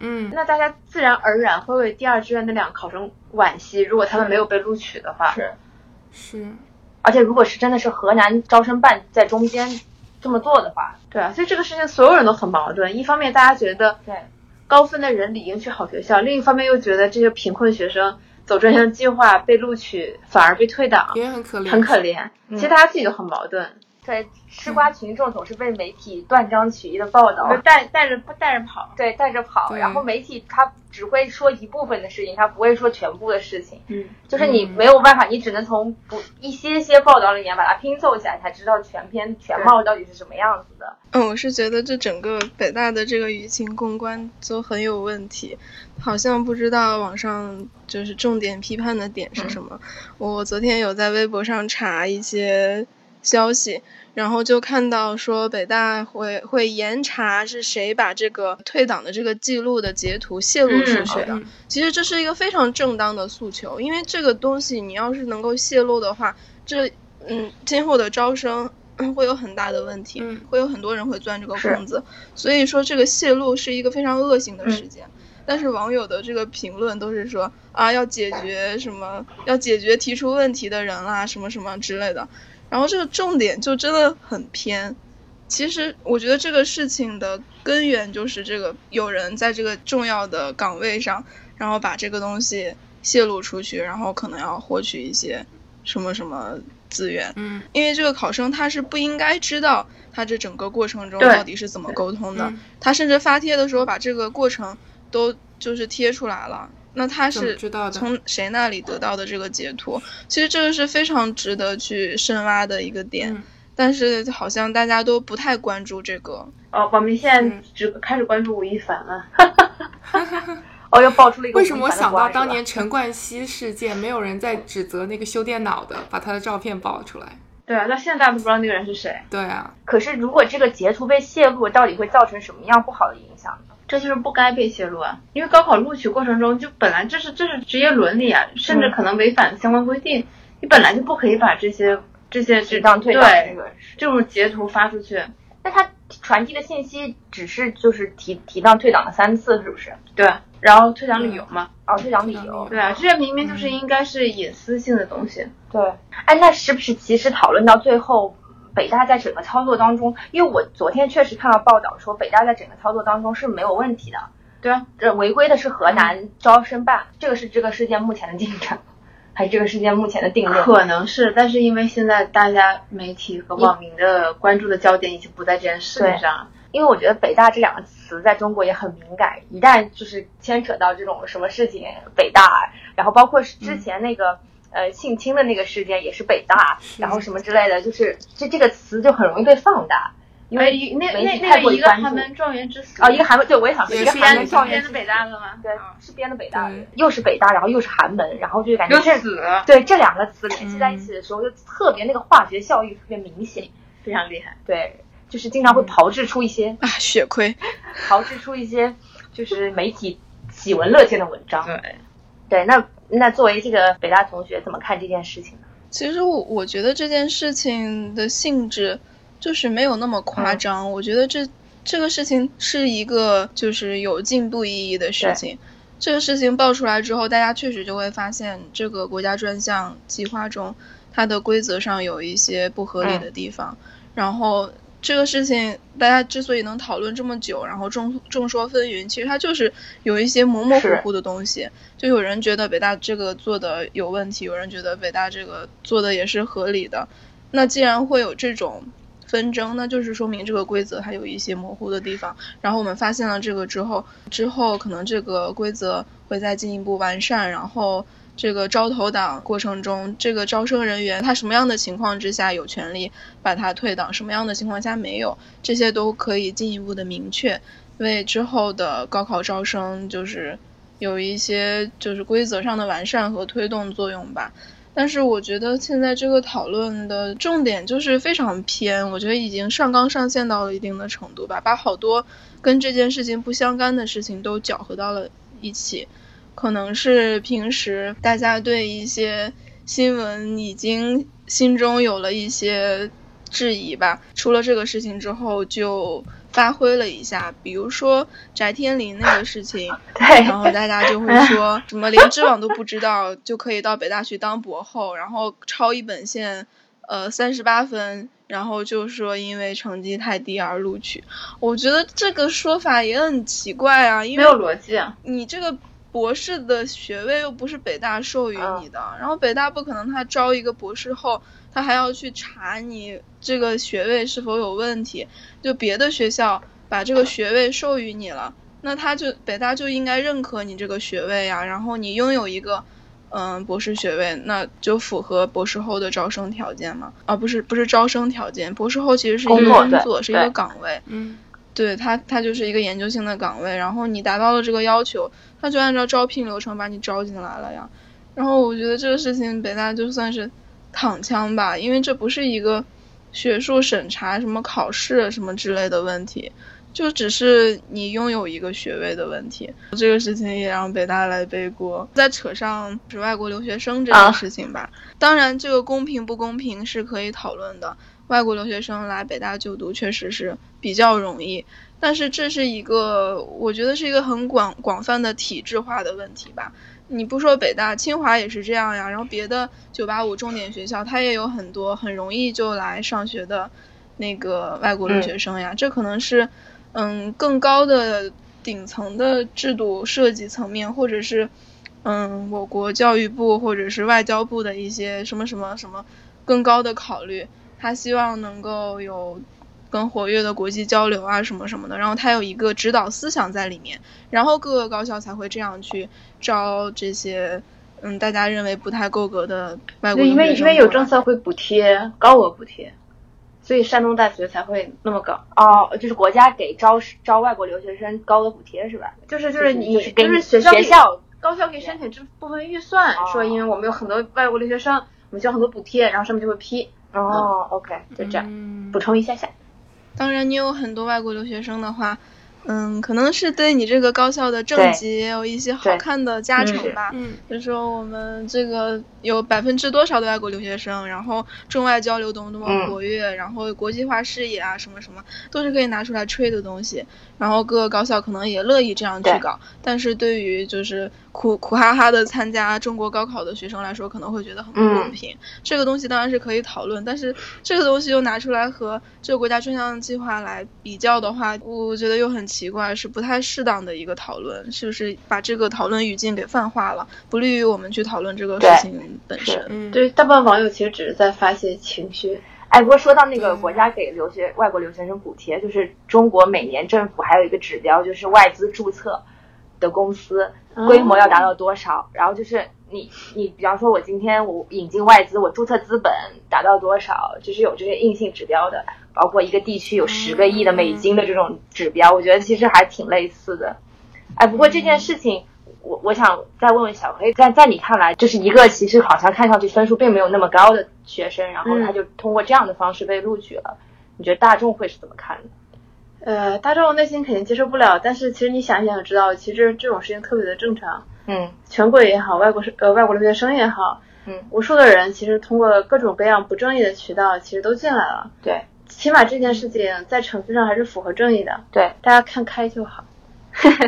S1: 嗯
S4: 那大家自然而然会为第二志愿那两个考生惋惜，如果他们没有被录取的话。
S2: 是，
S1: 是
S2: 而且如果是真的是河南招生办在中间这么做的话，
S4: 对啊，所以这个事情所有人都很矛盾。一方面，大家觉得
S2: 对
S4: 高分的人理应去好学校；另一方面，又觉得这些贫困学生走专项计划被录取，反而被退档，
S1: 也很可怜，
S4: 很可怜。
S2: 嗯
S4: 其实大家自己都很矛盾，
S2: 对，吃瓜群众总是被媒体断章取义的报道，
S4: 就带带着带着 跑。
S2: 对，带着跑，
S1: 嗯对
S2: 然后媒体他只会说一部分的事情，他不会说全部的事情，
S4: 嗯，
S2: 就是你
S1: 嗯
S2: 没有办法，你只能从不一些些报道里面把它拼凑起来，才知道全篇全貌到底是什么样子的。
S3: 嗯，我是觉得这整个北大的这个舆情公关就很有问题，好像不知道网上就是重点批判的点是什么。我昨天有在微博上查一些消息，然后就看到说北大会会严查是谁把这个退档的这个记录的截图泄露出
S4: 嗯
S3: 去的。
S1: 嗯
S3: 其实这是一个非常正当的诉求，因为这个东西你要是能够泄露的话，这嗯今后的招生。 嗯会有很大的问题，
S1: 嗯
S3: 会有很多人会钻这个
S2: 是
S3: 空子，所以说这个泄露是一个非常恶性的
S2: 嗯
S3: 事件。但是网友的这个评论都是说啊，要解决什么，要解决提出问题的人啦、什么什么之类的。然后这个重点就真的很偏。其实我觉得这个事情的根源就是这个有人在这个重要的岗位上，然后把这个东西泄露出去，然后可能要获取一些什么什么资源。
S1: 嗯
S3: 因为这个考生他是不应该知道他这整个过程中
S4: 对
S3: 到底是怎么沟通的
S1: 嗯，
S3: 他甚至发帖的时候把这个过程都就是贴出来了。那他
S1: 怎么
S3: 是
S1: 知道的
S3: 从谁那里得到的这个截图？其实这个是非常值得去深挖的一个点。
S1: 嗯
S3: 但是好像大家都不太关注这个。
S4: 哦，我们现在只开始关注吴亦凡了。
S2: 哦，又爆出了一个
S1: 为什么我
S2: 吴亦凡
S1: 想
S2: 的瓜
S1: 到当
S2: 是吧
S1: 年陈冠希事件，没有人在指责那个修电脑的，把他的照片爆出来？
S4: 对啊，到现在大家都不知道那个人是谁，
S1: 对啊，
S2: 可是如果这个截图被泄露，到底会造成什么样不好的影响呢？
S4: 这就是不该被泄露啊！因为高考录取过程中就本来这是这是职业伦理啊，甚至可能违反相关规定，你本来就不可以把这些这些这
S2: 适当退让这
S4: 对
S2: 个
S4: 这种截图发出去。
S2: 那他传递的信息只是就是提提档退档了三次，是不是？
S4: 对，然后退档理由嘛，
S2: 哦，退档理
S1: 退档理
S2: 由
S1: 由。
S4: 对啊，这些明明就是应该是隐私性的东西。
S2: 对，哎，那是不是其实讨论到最后，北大在整个操作当中，因为我昨天确实看到报道说，北大在整个操作当中是没有问题的。
S4: 对啊，
S2: 这违规的是河南招生办，这个是这个事件目前的进展，还是这个事件目前的定论？
S4: 可能是，但是因为现在大家媒体和网民的关注的焦点已经不在这件事情上了。
S2: 因为我觉得北大这两个词在中国也很敏感，一旦就是牵扯到这种什么事情，北大，然后包括是之前那个、呃性侵的那个事件也是北大，然后什么之类的，就是这这个词就很容易被放大，因为
S4: 哎那
S2: 媒
S4: 那
S2: 体太
S4: 那
S2: 过
S4: 个
S2: 于
S4: 一个
S2: 关注
S4: 寒。门状元之死
S2: 哦，一个寒门，对，我也想说，
S1: 也
S2: 一个
S1: 是
S2: 寒
S1: 韩
S2: 门
S1: 国
S2: 状
S1: 状
S2: 元
S1: 元
S2: 之
S4: 是北大的吗？
S2: 对
S4: 啊，
S2: 是编的北大
S1: 对，
S2: 又是北大，然后又是寒门，然后就感觉
S4: 又
S2: 这
S4: 死，嗯
S2: 对这两个词联系在一起的时候，就特别那个化学效应特别明显，
S4: 非常厉害。
S2: 对，就是经常
S4: 嗯
S2: 会炮制出一些
S3: 啊，血亏。
S2: 炮制出一些就是媒体喜闻乐见的文章。
S4: 对，
S2: 对，那那作为这个北大同学怎么看这件事情呢？
S3: 其实我我觉得这件事情的性质就是没有那么夸张，我觉得这这个事情是一个就是有进步意义的事情。这个事情爆出来之后，大家确实就会发现这个国家专项计划中它的规则上有一些不合理的地方。然后这个事情大家之所以能讨论这么久，然后众众说纷纭，其实它就是有一些模模糊
S2: 是
S3: 糊的东西。就有人觉得北大这个做的有问题，有人觉得北大这个做的也是合理的。那既然会有这种纷争，那就是说明这个规则它有一些模糊的地方。然后我们发现了这个之后，之后可能这个规则会再进一步完善，然后。这个招投档过程中，这个招生人员他什么样的情况之下有权利把他退档，什么样的情况下没有，这些都可以进一步的明确，为之后的高考招生就是有一些就是规则上的完善和推动作用吧。但是我觉得现在这个讨论的重点就是非常偏，我觉得已经上纲上线到了一定的程度吧，把好多跟这件事情不相干的事情都搅和到了一起。可能是平时大家对一些新闻已经心中有了一些质疑吧。出了这个事情之后，就发挥了一下，比如说翟天临那个事情，然后
S2: 对，
S3: 大家就会
S4: 哎
S3: 说什么连知网都不知道就可以到北大去当博后，然后超一本线，呃，三十八分，然后就说因为成绩太低而录取。我觉得这个说法也很奇怪啊，因
S4: 没
S3: 为
S4: 有逻辑啊。
S3: 你这个博士的学位又不是北大授予你的，
S2: 嗯
S3: 然后北大不可能他招一个博士后，他还要去查你这个学位是否有问题，就别的学校把这个学位授予你了，那他就北大就应该认可你这个学位啊，然后你拥有一个。嗯，博士学位那就符合博士后的招生条件嘛？啊，不是，不是招生条件，博士后其实是一
S2: 工
S3: 个
S2: 作对
S3: 工作，是一
S2: 对
S3: 个岗位。
S1: 嗯，
S3: 对他，他就是一个研究性的岗位，然后你达到了这个要求，他就按照招聘流程把你招进来了呀。然后我觉得这个事情北大就算是躺枪吧，因为这不是一个学术审查、什么考试什么之类的问题，就只是你拥有一个学位的问题。这个事情也让北大来背锅，再扯上是外国留学生这
S2: 啊
S3: 件事情吧。当然，这个公平不公平是可以讨论的。外国留学生来北大就读确实是比较容易，但是这是一个我觉得是一个很广广泛的体制化的问题吧。你不说北大，清华也是这样呀，然后别的九八五重点学校，它也有很多很容易就来上学的那个外国留学生呀。这可能是嗯更高的顶层的制度设计层面，或者是嗯，我国教育部或者是外交部的一些什么什么什么更高的考虑，他希望能够有更活跃的国际交流啊什么什么的，然后他有一个指导思想在里面，然后各个高校才会这样去招这些嗯大家认为不太够格的外国
S4: 对，因
S3: 留
S4: 为
S3: 学
S4: 因
S3: 生
S4: 为有
S3: 过来
S4: 政策会补贴高额补贴，所以山东大学才会那么高。
S2: 哦，就是国家给招招外国留学生高额补贴是吧？
S4: 就是就是
S2: 就
S4: 你
S2: 是给
S4: 就
S2: 你
S4: 是学校
S2: 学校
S4: 高校可以申请这部分预算
S2: 哦，
S4: 说因为我们有很多外国留学生，我们需要很多补贴，然后上面就会批，
S2: 哦，OK，
S4: 就这样
S1: 嗯
S4: 补充一下下。
S3: 当然，你有很多外国留学生的话，嗯，可能是对你这个高校的政绩也有一些好看的加成吧。
S1: 嗯
S3: 比如说我们这个有百分之多少的外国留学生，然后中外交流多么多么
S2: 嗯
S3: 活跃，然后国际化视野啊什么什么，都是可以拿出来吹的东西。然后各个高校可能也乐意这样去
S2: 对
S3: 搞，但是对于就是苦苦哈哈的参加中国高考的学生来说，可能会觉得很不公
S2: 嗯
S3: 平。这个东西当然是可以讨论，但是这个东西又拿出来和这个国家专项计划来比较的话，我觉得又很奇怪，是不太适当的一个讨论，是不是把这个讨论语境给泛化了，不利于我们去讨论这个事
S2: 对
S3: 情本
S2: 是
S3: 身？
S1: 嗯，
S4: 对，大部分网友其实只是在发泄情绪。
S2: 哎，不过说到那个国家给留学外国留学生补贴，就是中国每年政府还有一个指标，就是外资注册的公司
S4: 嗯
S2: 规模要达到多少，然后就是你你比方说，我今天我引进外资，我注册资本达到多少，就是有这些硬性指标的，包括一个地区有十个亿的美金的这种指标，我觉得其实还挺类似的。哎，不过这件事情，我我想再问问小黑，在在你看来，就是一个其实好像看上去分数并没有那么高的学生，然后
S4: 嗯
S2: 他就通过这样的方式被录取了，你觉得大众会是怎么看的？
S4: 呃，大众内心肯定接受不了，但是其实你想一想就知道，其实这种事情特别的正常。
S2: 嗯
S4: 全国也好，外国是呃外国留学生也好，
S2: 嗯，
S4: 无数的人其实通过各种各样不正义的渠道，其实都进来了。
S2: 对
S4: 起码这件事情在程序上还是符合正义的，
S2: 对，
S4: 大家看开就好。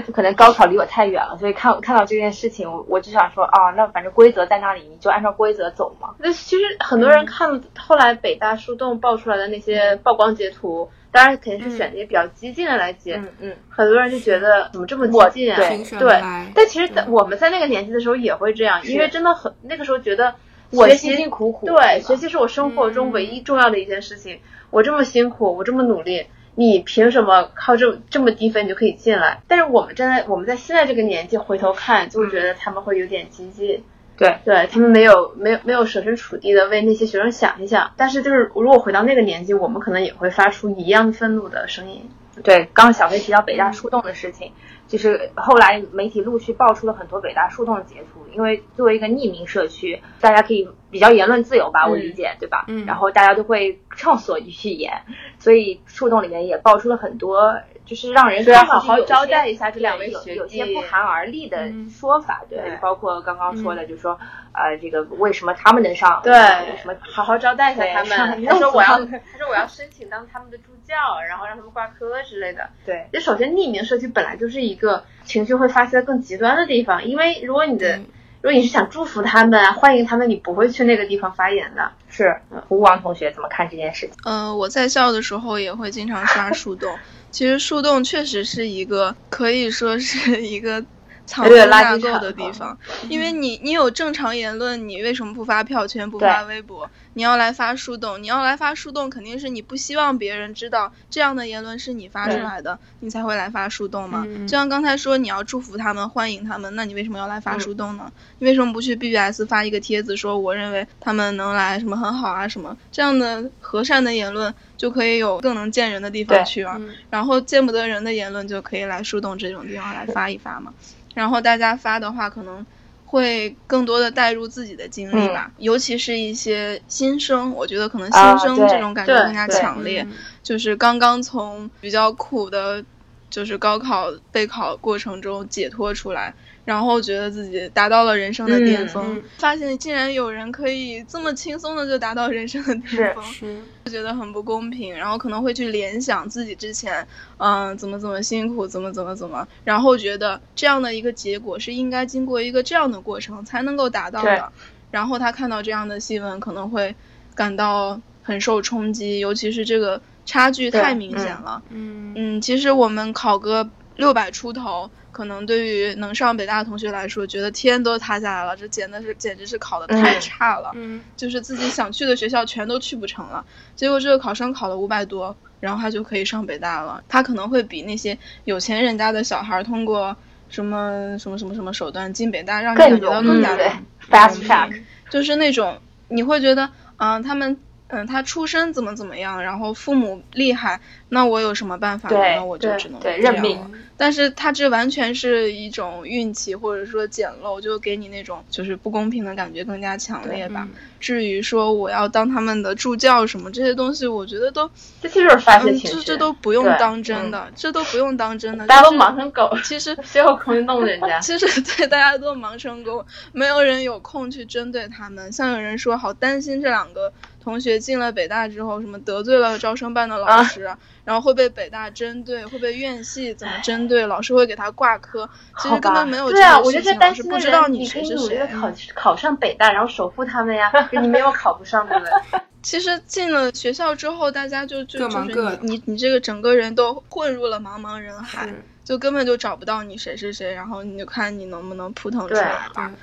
S2: 就 可能高考离我太远了，所以看看到这件事情，我我就想说啊，那反正规则在那里，你就按照规则走嘛。
S4: 那其实很
S2: 嗯
S4: 多人看了后来北大树洞爆出来的那些曝光截图，当然肯定是选择比较激进的来截，
S2: 嗯嗯，
S4: 很多人就觉得怎么这么
S2: 我
S4: 激进啊？
S2: 对嗯
S1: 评选不
S4: 对
S1: 来，
S4: 但其实在
S1: 对
S4: 我们在那个年纪的时候也会这样，
S2: 是
S4: 因为真的很那个时候觉得我
S2: 我
S4: 辛
S2: 辛辛苦苦
S4: 对，学
S2: 学
S4: 习是我生活中
S1: 嗯
S4: 唯一重要的一件事情。我这么辛苦，我这么努力，你凭什么靠这这么低分你就可以进来？但是我们站在我们在现在这个年纪回头看，就会觉得他们会有点激进。
S2: 对
S4: 对他们没有没有没有设身处地的为那些学生想一想，但是就是如果回到那个年纪，我们可能也会发出一样愤怒的声音。
S2: 对，刚刚小黑提到北大树洞的事情，就是后来媒体陆续爆出了很多北大树洞的截图，因为作为一个匿名社区，大家可以比较言论自由吧，我
S4: 嗯
S2: 理解，对吧？
S1: 嗯
S2: 然后大家都会畅所欲言，所以树洞里面也爆出了很多，就是让人
S4: 所以要
S2: 看上
S4: 好好
S2: 去有
S4: 招
S2: 些
S4: 待一下这
S2: 对
S4: 两位
S2: 有
S4: 学
S2: 有些
S4: 弟
S2: 不寒而栗的
S1: 嗯
S2: 说法，对，
S4: 对嗯
S2: 包括刚刚说的，就说呃，这个为什么他们能上，
S4: 对
S2: 为什么
S4: 好好招待一下他们。
S2: 对
S4: 他说我要，
S2: 弄死
S4: 他说我要申请当他们的助教，然后让他们挂科之类的。
S2: 对
S4: 就首先，匿名社区本来就是一个情绪会发泄的更极端的地方，因为如果你的
S3: 嗯
S1: 对
S4: 如果你是想祝福他们啊，欢迎他们，你不会去那个地方发言的。
S2: 是吴王同学怎么看这件事
S4: 嗯
S2: 情？
S3: 呃，我在校的时候也会经常刷树洞。其实树洞确实是一个可以说是一个藏
S4: 对
S3: 污
S4: 垃圾
S3: 纳垢
S4: 场
S3: 的地
S4: 啊
S3: 方，因为你你有正常言论，你为什么不发票圈不
S2: 对
S3: 发微博？你要来发树洞，你要来发树洞，肯定是你不希望别人知道这样的言论是你发出
S2: 对
S3: 来的，你才会来发树洞嘛。
S1: 嗯
S3: 就像刚才说你要祝福他们，欢迎他们，那你为什么要来发
S2: 嗯
S3: 树洞呢？你为什么不去 BBS 发一个帖子说我认为他们能来什么很好啊什么这样的和善的言论就可以有更能见人的地方
S2: 对
S3: 去啊，
S1: 嗯
S3: 然后见不得人的言论就可以来树洞这种地方来发一发嘛，然后大家发的话可能。会更多的带入自己的经历吧，尤其是一些新生，我觉得可能
S2: 嗯啊
S3: 新生
S2: 对
S3: 这种感觉
S4: 对
S3: 更加
S2: 对
S3: 强烈。
S1: 嗯
S3: 就是刚刚从比较苦的，就是高考备考过程中解脱出来，然后觉得自己达到了人生的巅峰，
S1: 嗯嗯
S3: 发现竟然有人可以这么轻松的就达到人生的巅峰，
S1: 嗯是，
S3: 就觉得很不公平，然后可能会去联想自己之前，嗯、怎么怎么辛苦，怎么怎么怎么，然后觉得这样的一个结果是应该经过一个这样的过程才能够达到
S2: 对
S3: 的，然后他看到这样的新闻可能会感到很受冲击，尤其是这个差距
S2: 对
S3: 太明显
S2: 嗯
S3: 了。
S1: 嗯
S3: 嗯，其实我们考个六百出头，可能对于能上北大的同学来说，觉得天都塌下来了，这简直是简直是考的太
S2: 嗯
S3: 差了，
S1: 嗯
S3: 就是自己想去的学校全都去不成了。结果这个考生考了五百多，然后他就可以上北大了。他可能会比那些有钱人家的小孩儿通过什么什么什么什么手段进北大，让你
S2: 更
S3: 感觉到
S2: 容
S3: 更
S2: 易
S3: 加
S2: 对
S3: 的
S4: 嗯
S2: ，fast track，
S3: 就是那种你会觉得，啊、他们嗯，他出身怎么怎么样，然后父母厉害，那我有什么办法呢？
S2: 对
S3: 那我就
S2: 对
S3: 只能
S2: 对
S3: 这样
S2: 认命
S3: 了但是他这完全是一种运气，或者说捡漏，就给你那种就是不公平的感觉更加强烈吧。
S1: 嗯
S3: 至于说我要当他们的助教什么这些东西，我觉得都
S2: 这其实就是发泄
S3: 嗯，
S2: 情
S3: 这
S2: 绪，
S3: 这都不用
S2: 对
S3: 当真的，这都不用当真的。
S4: 大家
S3: 就
S4: 都
S3: 是
S4: 忙成狗，
S3: 其实
S4: 谁有空去弄人家？
S3: 其实对大家都忙成狗，没有人有空去针对他们。像有人说，好担心这两个同学进了北大之后，什么得罪了招生办的老
S4: 啊
S3: 师，然后会被北大针对，会被院系怎么针对，老师会给他挂科。 其
S2: 好
S3: 实根
S2: 吧
S3: 本没有这
S4: 对啊，我
S3: 个
S4: 就
S3: 事
S4: 在
S3: 情，老
S4: 担
S3: 师
S4: 心
S3: 不
S4: 的
S3: 知道
S4: 人，你可
S3: 谁
S4: 以
S3: 是
S4: 努力
S3: 谁
S4: 的。考考上北大，然后守护他们 呀。就你没有考不上，对不对？
S3: 其实进了学校之后，大家就就
S1: 各
S3: 就
S1: 忙
S3: 是
S1: 各的
S3: 你你你这个整个人都混入了茫茫人海，
S1: 是
S3: 就根本就找不到你谁是谁，然后你就看你能不能扑腾出
S4: 对
S3: 来吧
S1: 对。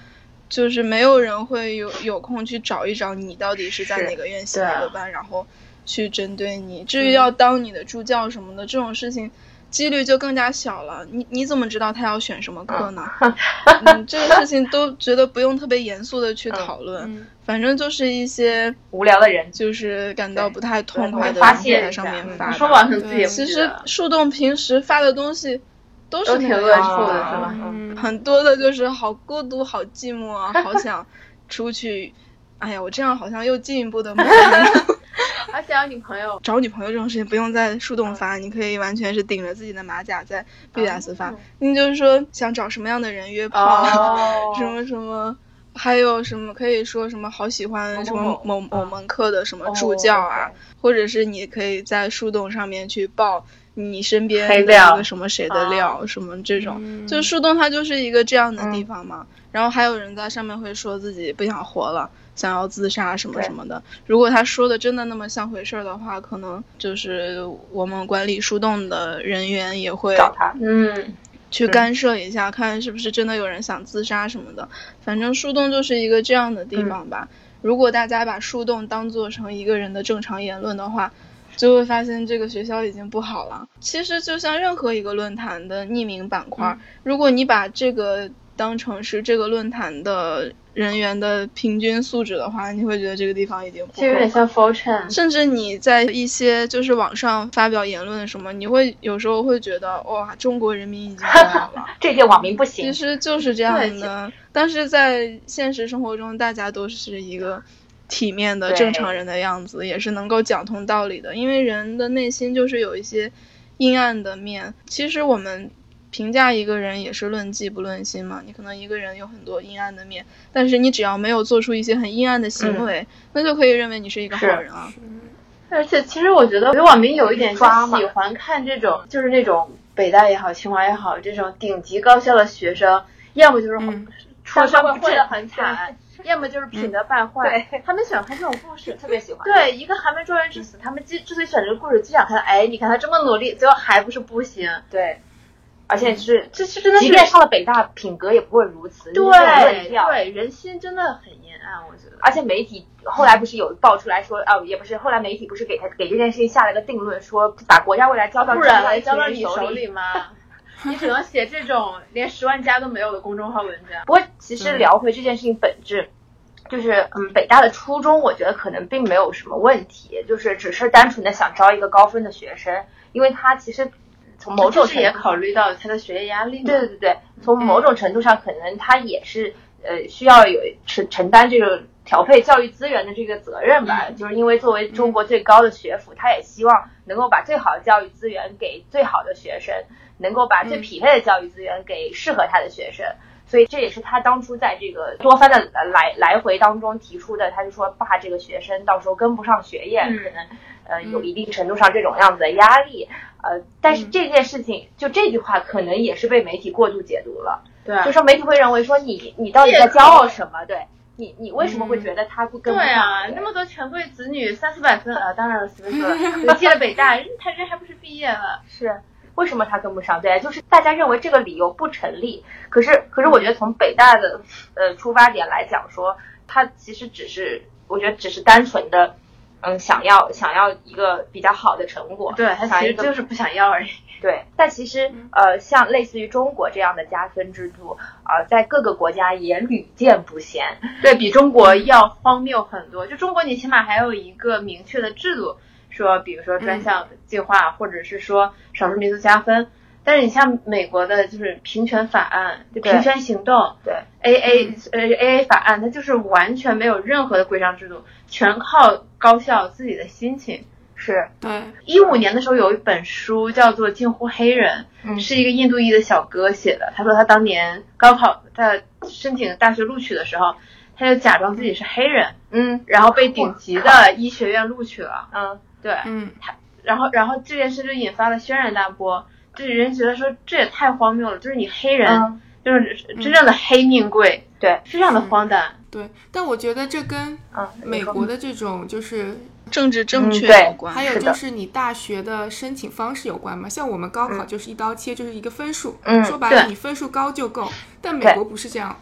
S3: 就是没有人会有有空去找一找你到底是在
S4: 是
S3: 哪个院系、
S4: 对嗯
S3: 哪个班，然后去针对你。至于要当你的助教什么的，这种事情几率就更加小了。你你怎么知道他要选什么课呢？嗯，这个事情 都觉得不用特别严肃的去讨论，
S1: 嗯
S3: 反正就是一些
S2: 无聊的人，
S3: 就是感到
S4: 对
S3: 不太痛快的
S4: 发
S3: 人会
S4: 泄
S3: 在
S4: 一下
S3: 上面
S1: 嗯
S3: 发吧。
S4: 你说完可能自己也不
S3: 其
S4: 记
S3: 实
S4: 得了
S3: 树洞平时发的东西都是
S4: 都挺
S3: 那
S4: 恶
S3: 样
S4: 臭的，
S3: 啊
S4: 是吧？
S1: 嗯
S3: 很多的就是好孤独、好寂寞啊，好想出去。哎呀，我这样好像又进一步的
S4: 而且有女朋友，
S3: 找女朋友这种事情不用在树洞
S4: 嗯
S3: 发，你可以完全是顶着自己的马甲
S4: 啊
S3: 在 BS 发。你就是说想找什么样的人约炮，
S4: 哦
S3: 什么什么，还有什么可以说什么好喜欢什么
S2: 某
S3: 某某门课的什么
S2: 哦
S3: 助教啊，或者是你可以在树洞上面去报你身边
S4: 黑
S3: 的
S4: 料
S3: 一个什么谁
S2: 啊
S3: 的料，什么这种，
S1: 嗯
S3: 就树洞它就是一个这样的地
S2: 嗯
S3: 方嘛。然后还有人在上面会说自己不想活了，想要自杀什么
S2: 对
S3: 什么的。如果他说的真的那么像回事儿的话，可能就是我们管理树洞的人员也会
S2: 找他，
S4: 嗯，
S3: 去干涉一下，看是不是真的有人想自杀什么的。反正树洞就是一个这样的地方吧。如果大家把树洞当做成一个人的正常言论的话，就会发现这个学校已经不好了。其实就像任何一个论坛的匿名板块，如果你把这个当成是这个论坛的人员的平均素质的话，你会觉得这个地方已经不
S4: 就有
S3: 好了。
S4: 点像 Fortune。
S3: 甚至你在一些就是网上发表言论什么，你会有时候会觉得哇，中国人民已经不好了。
S2: 这届网民不
S3: 其
S2: 行，
S3: 实就是这样
S4: 对其
S3: 的，但是在现实生活中，大家都是一个体面的
S2: 对
S3: 正常人的样子，也是能够讲通道理的。因为人的内心就是有一些阴暗的面。其实我们评价一个人也是论迹不论心嘛。你可能一个人有很多阴暗的面，但是你只要没有做出一些很阴暗的行为，那就可以认为你是一个好
S4: 是
S3: 人啊。
S4: 而且其实我觉得，我觉得网民有一点是
S2: 抓嘛
S4: 喜欢看这种，就是那种北大也好，清华也好，这种顶级高校的学生，要么就是
S1: 嗯
S4: 出
S2: 社
S4: 身
S2: 会
S4: 混
S2: 混
S4: 得
S2: 得
S4: 很惨，要么就是品德败坏。
S2: 嗯对，
S4: 他们喜欢看这种故事，
S2: 特别喜欢。
S4: 对，一个寒门状元之死，他们之之所以选这个故事，就想看，哎，你看他这么努力，最后还不是不行。
S2: 对，而且是，
S4: 这是真嗯的是，
S2: 即便上了北大，品格也不会如此，你没有
S4: 对
S2: 论调。
S4: 对，人心真的很阴暗，我觉得。
S2: 而且媒体后来不是有爆出来说，啊，也不是，后来媒体不是给他给这件事情下了个定论，说把国家未来交到
S4: 不然
S2: 来
S4: 来交到
S2: 你
S4: 你手
S2: 里。
S4: 里吗？ 你只能写这种连十万加都没有的公众号文 章。
S2: 不过其
S4: 嗯
S2: 实聊回这件事情本质，就是嗯，北大的初衷我觉得可能并没有什么问题，就是只是单纯的想招一个高分的学生，因为他其实从某种
S4: 这
S2: 程
S4: 也
S2: 度
S4: 考虑到他的学业压力嘛。嗯
S2: 对对对，从某种程度上，可能他也是呃需要有承承担这个调配教育资源的这个责任吧，
S4: 嗯
S2: 就是因为作为中国最高的学府，他也希望能够把最好的教育资源给最好的学生，能够把最
S1: 嗯
S2: 匹配的教育资源给适合他的学生。所以这也是他当初在这个多番的呃来来回当中提出的，他就说怕这个学生到时候跟不上学业，
S4: 嗯
S2: 可能呃有
S1: 嗯
S2: 一定程度上这种样子的压力。呃，但是
S1: 嗯
S2: 这件事情，就这句话可能也是被媒体过度解读了，
S4: 对啊
S2: 就说媒体会认为说你你到底在骄傲什么？对你你为什么会觉得他不跟
S4: 嗯对
S2: 不
S4: 啊
S2: 上，学
S4: 那？么多权贵子女，三四百分啊，当然了，随 便说了。对进了北大，人他人还不是毕业了？
S2: 是为什么他跟不上？对，就是大家认为这个理由不成立。可是，可是我觉得从北大的呃出发点来讲说，他其实只是我觉得只是单纯的，嗯，想要想要一个比较好的成果，
S4: 对他
S2: 想
S4: 其
S2: 要
S4: 实
S2: 一个
S4: 就是嗯不想要而已。
S2: 对，但其实呃，像类似于中国这样的加分制度啊、呃在各个国家也屡见不鲜。
S4: 对比中国要荒谬很多。就中国，你起码还有一个明确的制度，说比如说
S2: 嗯
S4: 专项计划，或者是说少数民族加分。但是你像美国的，就是平权法案、就
S2: 对
S4: 平权行动、
S2: 对嗯
S4: A A 呃 A A 法案，它就是完全没有任何的规章制度，全靠高校自己的心情。
S2: 是，
S1: 对，
S4: 一五年的时候有一本书叫做《近乎黑人》，
S2: 嗯
S4: 是一个印度裔的小哥写的。他说他当年高考在申请大学录取的时候，他就假装自己是黑人，
S2: 嗯
S4: 然后被顶级的医学院录取了。
S2: 嗯，
S4: 对，
S1: 嗯，
S4: 然后然后这件事就引发了轩然大波，就是人觉得说这也太荒谬了，就是你黑人、
S2: 嗯
S4: 就是真正的黑命贵，
S2: 对，
S4: 非常的荒诞。
S1: 对。但我觉得这跟
S2: 嗯，
S1: 美
S2: 你说
S1: 国的这种就是
S3: 政治正
S2: 嗯
S3: 确
S2: 对
S3: 有关。
S1: 还有
S2: 是
S1: 就
S2: 的
S1: 是你大学的申请方式有关嘛？像我们高考就是一刀切，就是一个分数，
S2: 嗯
S1: 说白了
S4: 对
S1: 你分数高就够。但美
S2: 对
S1: 国不是这样，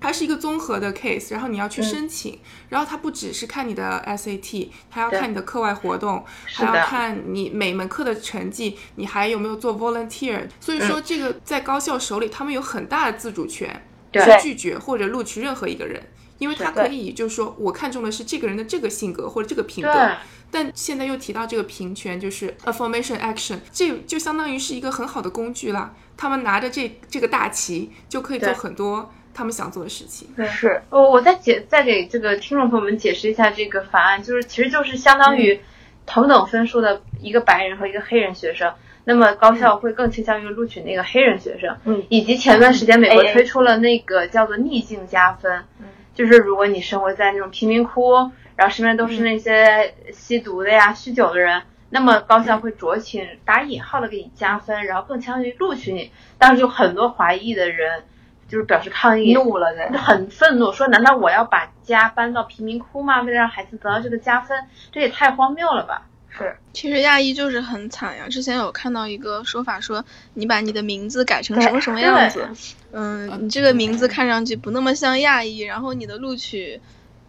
S1: 它是一个综合的 case，然后你要去申请，然后它不只是看你的 SAT，它要
S4: 对
S1: 看你的课外活动，
S4: 是
S1: 还要
S4: 的，
S1: 看你每门课的成绩，你还有没有做 volunteer。所以说
S4: 嗯
S1: 这个在高校手里，他们有很大的自主权，
S4: 对
S1: 去拒绝或者录取任何一个人。因为他
S4: 是
S1: 可以就是说，我看中的是这个人的这个性格或者这个品
S4: 对
S1: 格，但现在又提到这个平权，就是 affirmation action，这就相当于是一个很好的工具啦。他们拿着这这个大旗，就可以做
S4: 对
S1: 很多他们想做的事情。
S4: 对
S2: 是，
S4: 我我再解再给这个听众朋友们解释一下这个法案，就是其实就是相当
S2: 嗯
S4: 于同等分数的一个白人和一个黑人学生，那么高校会更倾向于录取那个黑人学生，
S2: 嗯
S4: 以及前段时间美国
S2: AA
S4: 推出了那个叫做逆境加分
S2: 嗯，
S4: 就是如果你生活在那种贫民窟，然后身边都
S2: 嗯
S4: 是那些吸毒的呀、酗酒的人。那么高
S2: 嗯
S4: 校会酌情打引号的给你加分，然后更倾向于录取你。当时有很多华裔的人就是表示抗议，
S2: 怒了的，
S4: 很愤怒，说难道我要把家搬到贫民窟吗？为了让孩子得到这个加分，这也太荒谬了吧？
S2: 是，
S3: 其实亚裔就是很惨呀。之前有看到一个说法说，你把你的名字改成
S2: 对
S3: 什么什么样子，
S1: 呃
S3: 嗯，你这个名字看上去不那么像亚裔，然后你的录取，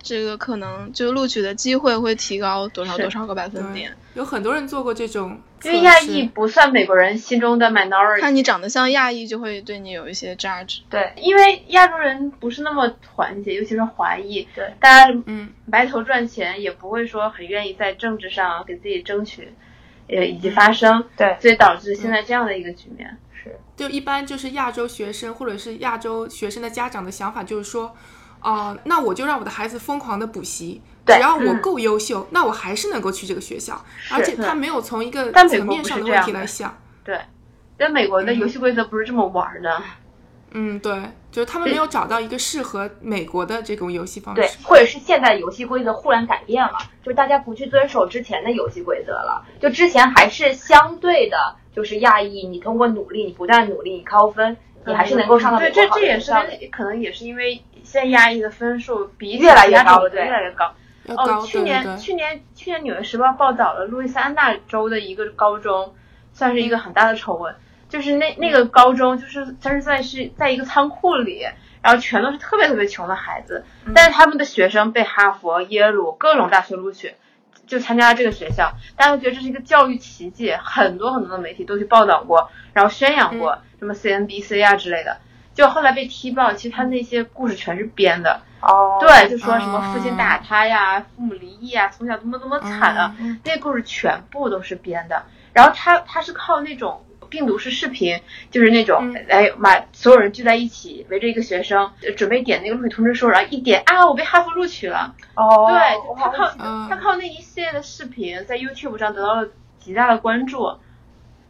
S3: 这个可能就录取的机会会提高多少
S4: 是
S3: 多少个百分
S1: 对
S3: 点。，
S1: 有很多人做过这种测
S2: 嗯
S4: 因
S1: 试，
S4: 为亚裔不算美国人心中的 minority，
S3: 看你长得像亚裔，就会对你有一些 judge。
S2: 对
S4: 因为亚洲人不是那么团结，尤其是华裔，
S2: 对，
S4: 大家
S1: 嗯，
S4: 埋头赚钱，也不会说很愿意在政治上给自己争取，呃，以及发声，
S2: 嗯对嗯
S4: 所以导致现在这样的一个局面。
S2: 是，
S1: 就一般就是亚洲学生或者是亚洲学生的家长的想法就是说，啊、那我就让我的孩子疯狂的补习，只
S2: 对
S1: 要我
S4: 嗯
S1: 够优秀，那我还是能够去这个学校，而且他没有从一个
S4: 但美
S1: 层
S4: 国
S1: 面
S4: 不
S1: 上
S4: 是
S1: 的
S4: 这
S1: 问
S4: 样
S1: 题来
S4: 的
S1: 想。
S4: 对，但美国的
S1: 嗯
S4: 游戏规则不是这么玩的。
S1: 嗯，对，就是他们没有找到一个适合美国的这种游戏方
S2: 对
S1: 式。，
S2: 或者是现在游戏规则忽然改变了，就是大家不去遵守之前的游戏规则了，就之前还是相对的，就是亚裔，你通过努力，你不断努力，你高分，你还是能够上到
S4: 嗯
S2: 美
S4: 对，
S2: 国
S4: 这
S2: 好
S4: 这
S2: 的
S4: 也
S2: 学
S4: 是
S2: 校的。
S4: 跟可能也是因为现在压抑的分数比
S2: 越来越
S4: 其他
S2: 高
S4: 种族
S2: 对
S4: 越来越高。
S1: 要高，
S4: 哦，去
S1: 对
S4: 年
S1: 对对，
S4: 去年去年《纽约时报》报道了路易斯安那州的一个高中，算是一个很大的丑闻，就是那那个高中就是它是在是在一个仓库里。然后全都是特别特别穷的孩子，
S1: 嗯
S4: 但是他们的学生被哈佛、耶鲁各种大学录取，就参加了这个学校。大家都觉得这是一个教育奇迹，很多很多的媒体都去报道过，然后宣扬
S1: 嗯
S4: 过，什么 CNBC 啊之类的。就后来被踢爆，其实他那些故事全是编的，
S2: 哦，
S4: 对，就说什么父亲打他呀，父母离异呀，从小多么多么惨啊，那故事全部都是编的。然后他他是靠那种病毒式视频，就是那种、
S1: 嗯
S4: 哎把所有人聚在一起，围着一个学生，呃准备点那个录取通知书，然后一点啊，我被哈佛录取了。
S2: 哦，
S4: 对，他靠、
S1: 嗯
S4: 他靠那一系列的视频在 YouTube 上得到了极大的关注。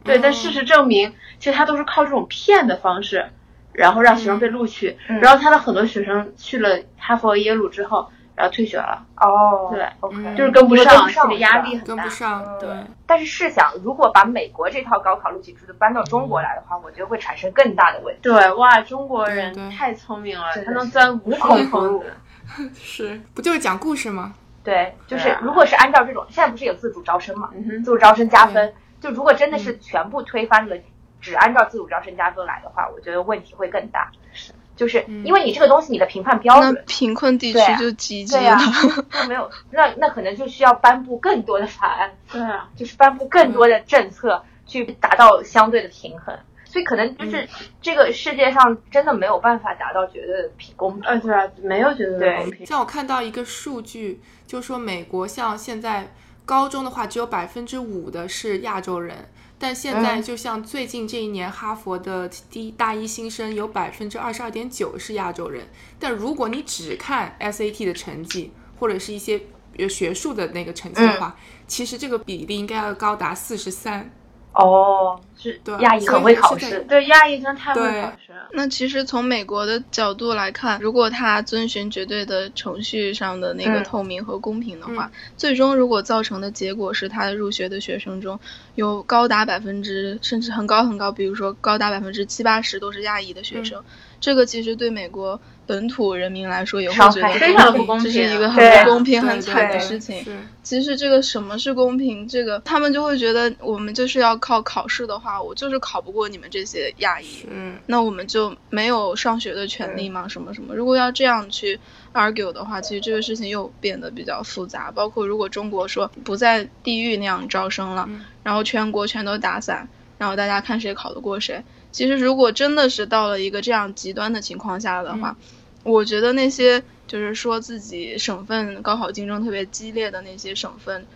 S4: 对，
S2: 嗯
S4: 但事实证明，其实他都是靠这种骗的方式，然后让学生被录取。
S2: 嗯
S4: 然后他的很多学生去了哈佛、耶鲁之后，然后退学了，
S2: 哦，
S4: 对
S1: 嗯
S2: ，OK，
S4: 就是跟不
S2: 跟
S4: 上，
S2: 不上
S4: 心理压力
S2: 是
S4: 很
S1: 跟
S4: 大
S1: 不。上，对。
S2: 嗯但是试想，如果把美国这套高考录取制度搬到中国来的话，我觉得会产生更大的问题。
S4: 对，哇，中国人
S1: 对对
S4: 太聪明了，
S2: 真的
S4: 他能钻无
S2: 无孔
S4: 数
S2: 不
S4: 空
S2: 入
S4: 子。
S1: 是，不就是讲故事吗？
S2: 对，就是
S4: 对啊
S2: 如果是按照这种，现在不是有自主招生嘛，
S4: 嗯哼
S2: 自主招生加分，就如果真的是全部推翻了，只按照自主招生加分来的话，我觉得问题会更大。嗯就是因为你这个东西你的评判标
S3: 那
S2: 准
S3: 贫困地区
S2: 哦对啊
S3: 就积极
S2: 对呀
S3: 了，
S2: 那没有，那那可能就需要颁布更多的法案，
S4: 对啊，
S2: 就是颁布更多的政策去达到相对的平衡。所以可能就是这个世界上真的没有办法达到绝对的平公平。
S4: 呃，对啊，没有觉得
S2: 对
S4: 公平。
S1: 像我看到一个数据，就说美国像现在高中的话，只有百分之五的是亚洲人，但现在
S2: 嗯
S1: 就像最近这一年，哈佛的第大一新生有百分之二十二点九是亚洲人。但如果你只看 SAT 的成绩，或者是一些呃学术的那个成绩
S2: 嗯
S1: 的话，其实这个比例应该要高达四十三。
S2: 哦，
S4: 是
S1: 对，
S2: 亚裔很会考
S1: 所以现
S2: 试
S1: 在。
S4: 对，亚裔真的太会
S1: 对
S4: 考试啊了。
S3: 那其实从美国的角度来看，如果他遵循绝对的程序上的那个
S2: 嗯
S3: 透明和公平的话，
S1: 嗯
S3: 最终如果造成的结果是他入学的学生中有高达百分之甚至很高很高，比如说高达百分之七八十都是亚裔的学
S1: 嗯
S3: 生，这个其实对美国本土人民来说也会
S2: 伤
S3: 觉
S2: 害
S3: 得
S2: 非
S4: 常不公
S3: 这是
S4: 平
S3: 一个
S2: 对
S3: 很不公平、
S1: 对
S3: 很惨的
S1: 对
S3: 事情。
S1: 是
S3: 其实这个什么是公平，这个他们就会觉得我们就是要靠考试的话，我就是考不过你们这些亚裔。
S1: 是，嗯
S3: 那我们就没有上学的权利吗？什么什么？如果要这样去 argue 的话，其实这个事情又变得比较复杂。包括如果中国说不在地域那样招生了，
S1: 嗯
S3: 然后全国全都打散，然后大家看谁考得过谁。其实如果真的是到了一个这样极端的情况下的话，我觉得那些就是说自己省份高考竞争特别激烈的那些省份，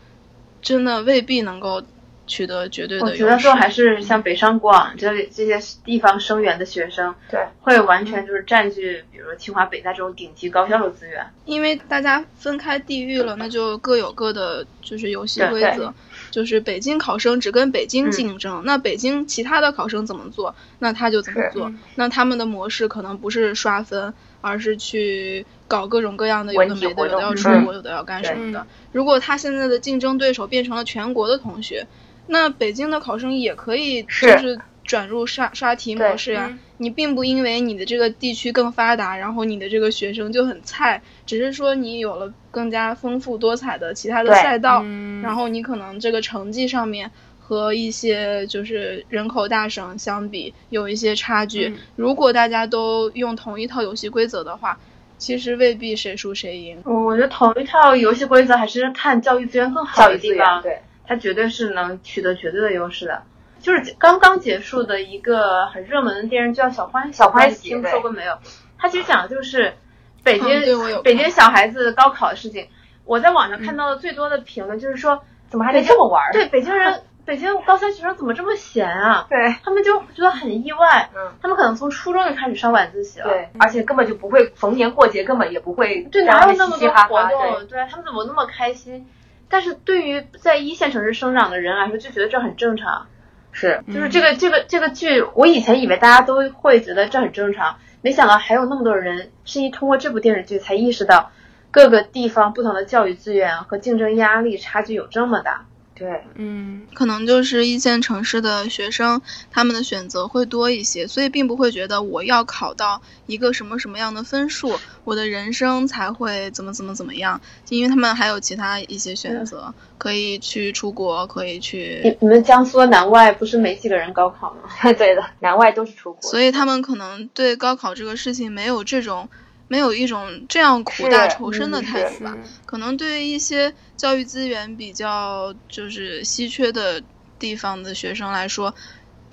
S3: 真的未必能够取得绝对
S4: 我
S3: 的
S4: 觉
S3: 优势。
S4: 得说还是像北上广这里这些地方生源的学生，
S2: 对，
S4: 会完全就是占据，比如说清华、北大这种顶级高校的资源。
S3: 因为大家分开地域了，那就各有各的就是游戏
S4: 对
S3: 规
S2: 对嗯
S3: 则。就是北京考生只跟北京竞争，那北京其他的考生怎么做，那他就怎么
S2: 是
S3: 做
S1: 嗯。
S3: 那他们的模式可能不是刷分，而是去搞各种各样的有
S2: 文
S3: 的
S2: 体
S3: 没
S2: 活
S3: 的，有的
S2: 动
S3: 要
S2: 嗯
S3: 出国，有的要干什么
S1: 对
S3: 的。如果他现在的竞争对手变成了全国的同学，那北京的考生也可以就是是转入刷刷题模
S2: 对
S3: 式呀、
S1: 嗯
S3: 你并不因为你的这个地区更发达，然后你的这个学生就很菜，只是说你有了更加丰富多彩的其他的
S2: 对
S3: 赛道，
S1: 嗯
S3: 然后你可能这个成绩上面和一些就是人口大省相比有一些差距。
S1: 嗯
S3: 如果大家都用同一套游戏规则的话，其实未必谁输谁赢。
S4: 我我觉得同一套游戏规则还是看教育资源更好
S2: 教
S4: 的
S2: 育资
S4: 地
S2: 源
S4: 方，
S2: 对，
S4: 它绝对是能取得绝对的优势的。就是刚刚结束的一个很热门的电视剧叫《小欢喜》，
S2: 小欢喜
S4: 听
S2: 对
S4: 说过没有？它其实讲的就是北京、
S3: 嗯对我有看嗯
S4: 北京小孩子高考的事情。我在网上看到的最多的评论就是说，
S2: 怎么还能这么玩儿？
S4: 对北京人，北京高三学生怎么这么闲 啊？
S2: 对
S4: 他们就觉得很意外，
S2: 嗯
S4: 他们可能从初中就开始上晚自习了。
S2: 对，而且根本就不会逢年过节，根本也不会
S4: 对，
S2: 让
S4: 哪有
S2: 人
S4: 那么
S2: 嘻
S4: 多
S2: 嘻哈
S4: 活
S2: 哈。对
S4: 动？对他们怎么那么开心？但是对于在一线城市生长的人来说，就觉得这很正常。
S2: 是，
S4: 就是这个这个这个剧，我以前以为大家都会觉得这很正常，没想到还有那么多人是一通过这部电视剧才意识到，各个地方不同的教育资源和竞争压力差距有这么大。
S2: 对，
S1: 嗯
S3: 可能就是一线城市的学生，他们的选择会多一些，所以并不会觉得我要考到一个什么什么样的分数，我的人生才会怎么怎么怎么样，因为他们还有其他一些
S2: 嗯
S3: 选择，可以去出国，可以去，
S4: 你你们江苏的南外不是没几个人高考吗？
S2: 对的，南外都是出国，
S3: 所以他们可能对高考这个事情没有这种，没有一种这样苦大
S2: 是
S3: 仇深的
S2: 嗯
S3: 态
S2: 是
S3: 度吧。可能对于一些教育资源比较就是稀缺的地方的学生来说，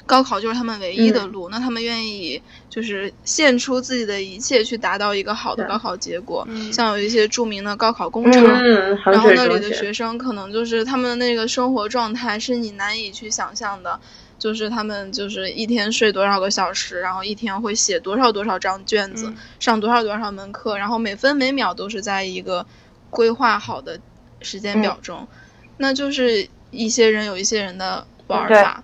S3: 高考就是他们唯一
S4: 嗯
S3: 的路。那他们愿意就是献出自己的一切去达到一个好的
S4: 对
S3: 高考结果。
S1: 嗯
S3: 像有一些著名的高考工厂。
S4: 嗯，衡
S3: 然后
S4: 水
S3: 那里
S4: 中
S3: 的
S4: 学，
S3: 学生可能就是他们的那个生活状态是你难以去想象的，就是他们就是一天睡多少个小时，然后一天会写多少多少张卷子，
S1: 嗯
S3: 上多少多少门课，然后每分每秒都是在一个规划好的时间表中。那就是一些人有一些人的玩儿法，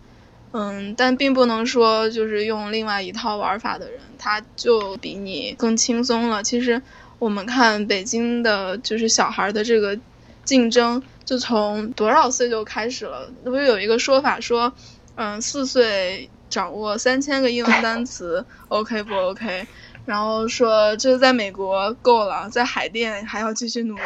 S3: 嗯，但并不能说就是用另外一套玩儿法的人，他就比你更轻松了。其实我们看北京的，就是小孩儿的这个竞争，就从多少岁就开始了？不是有一个说法说，嗯，四岁掌握三千个英文单词，OK 不 OK？然后说这在美国够了，在海淀还要继续努力。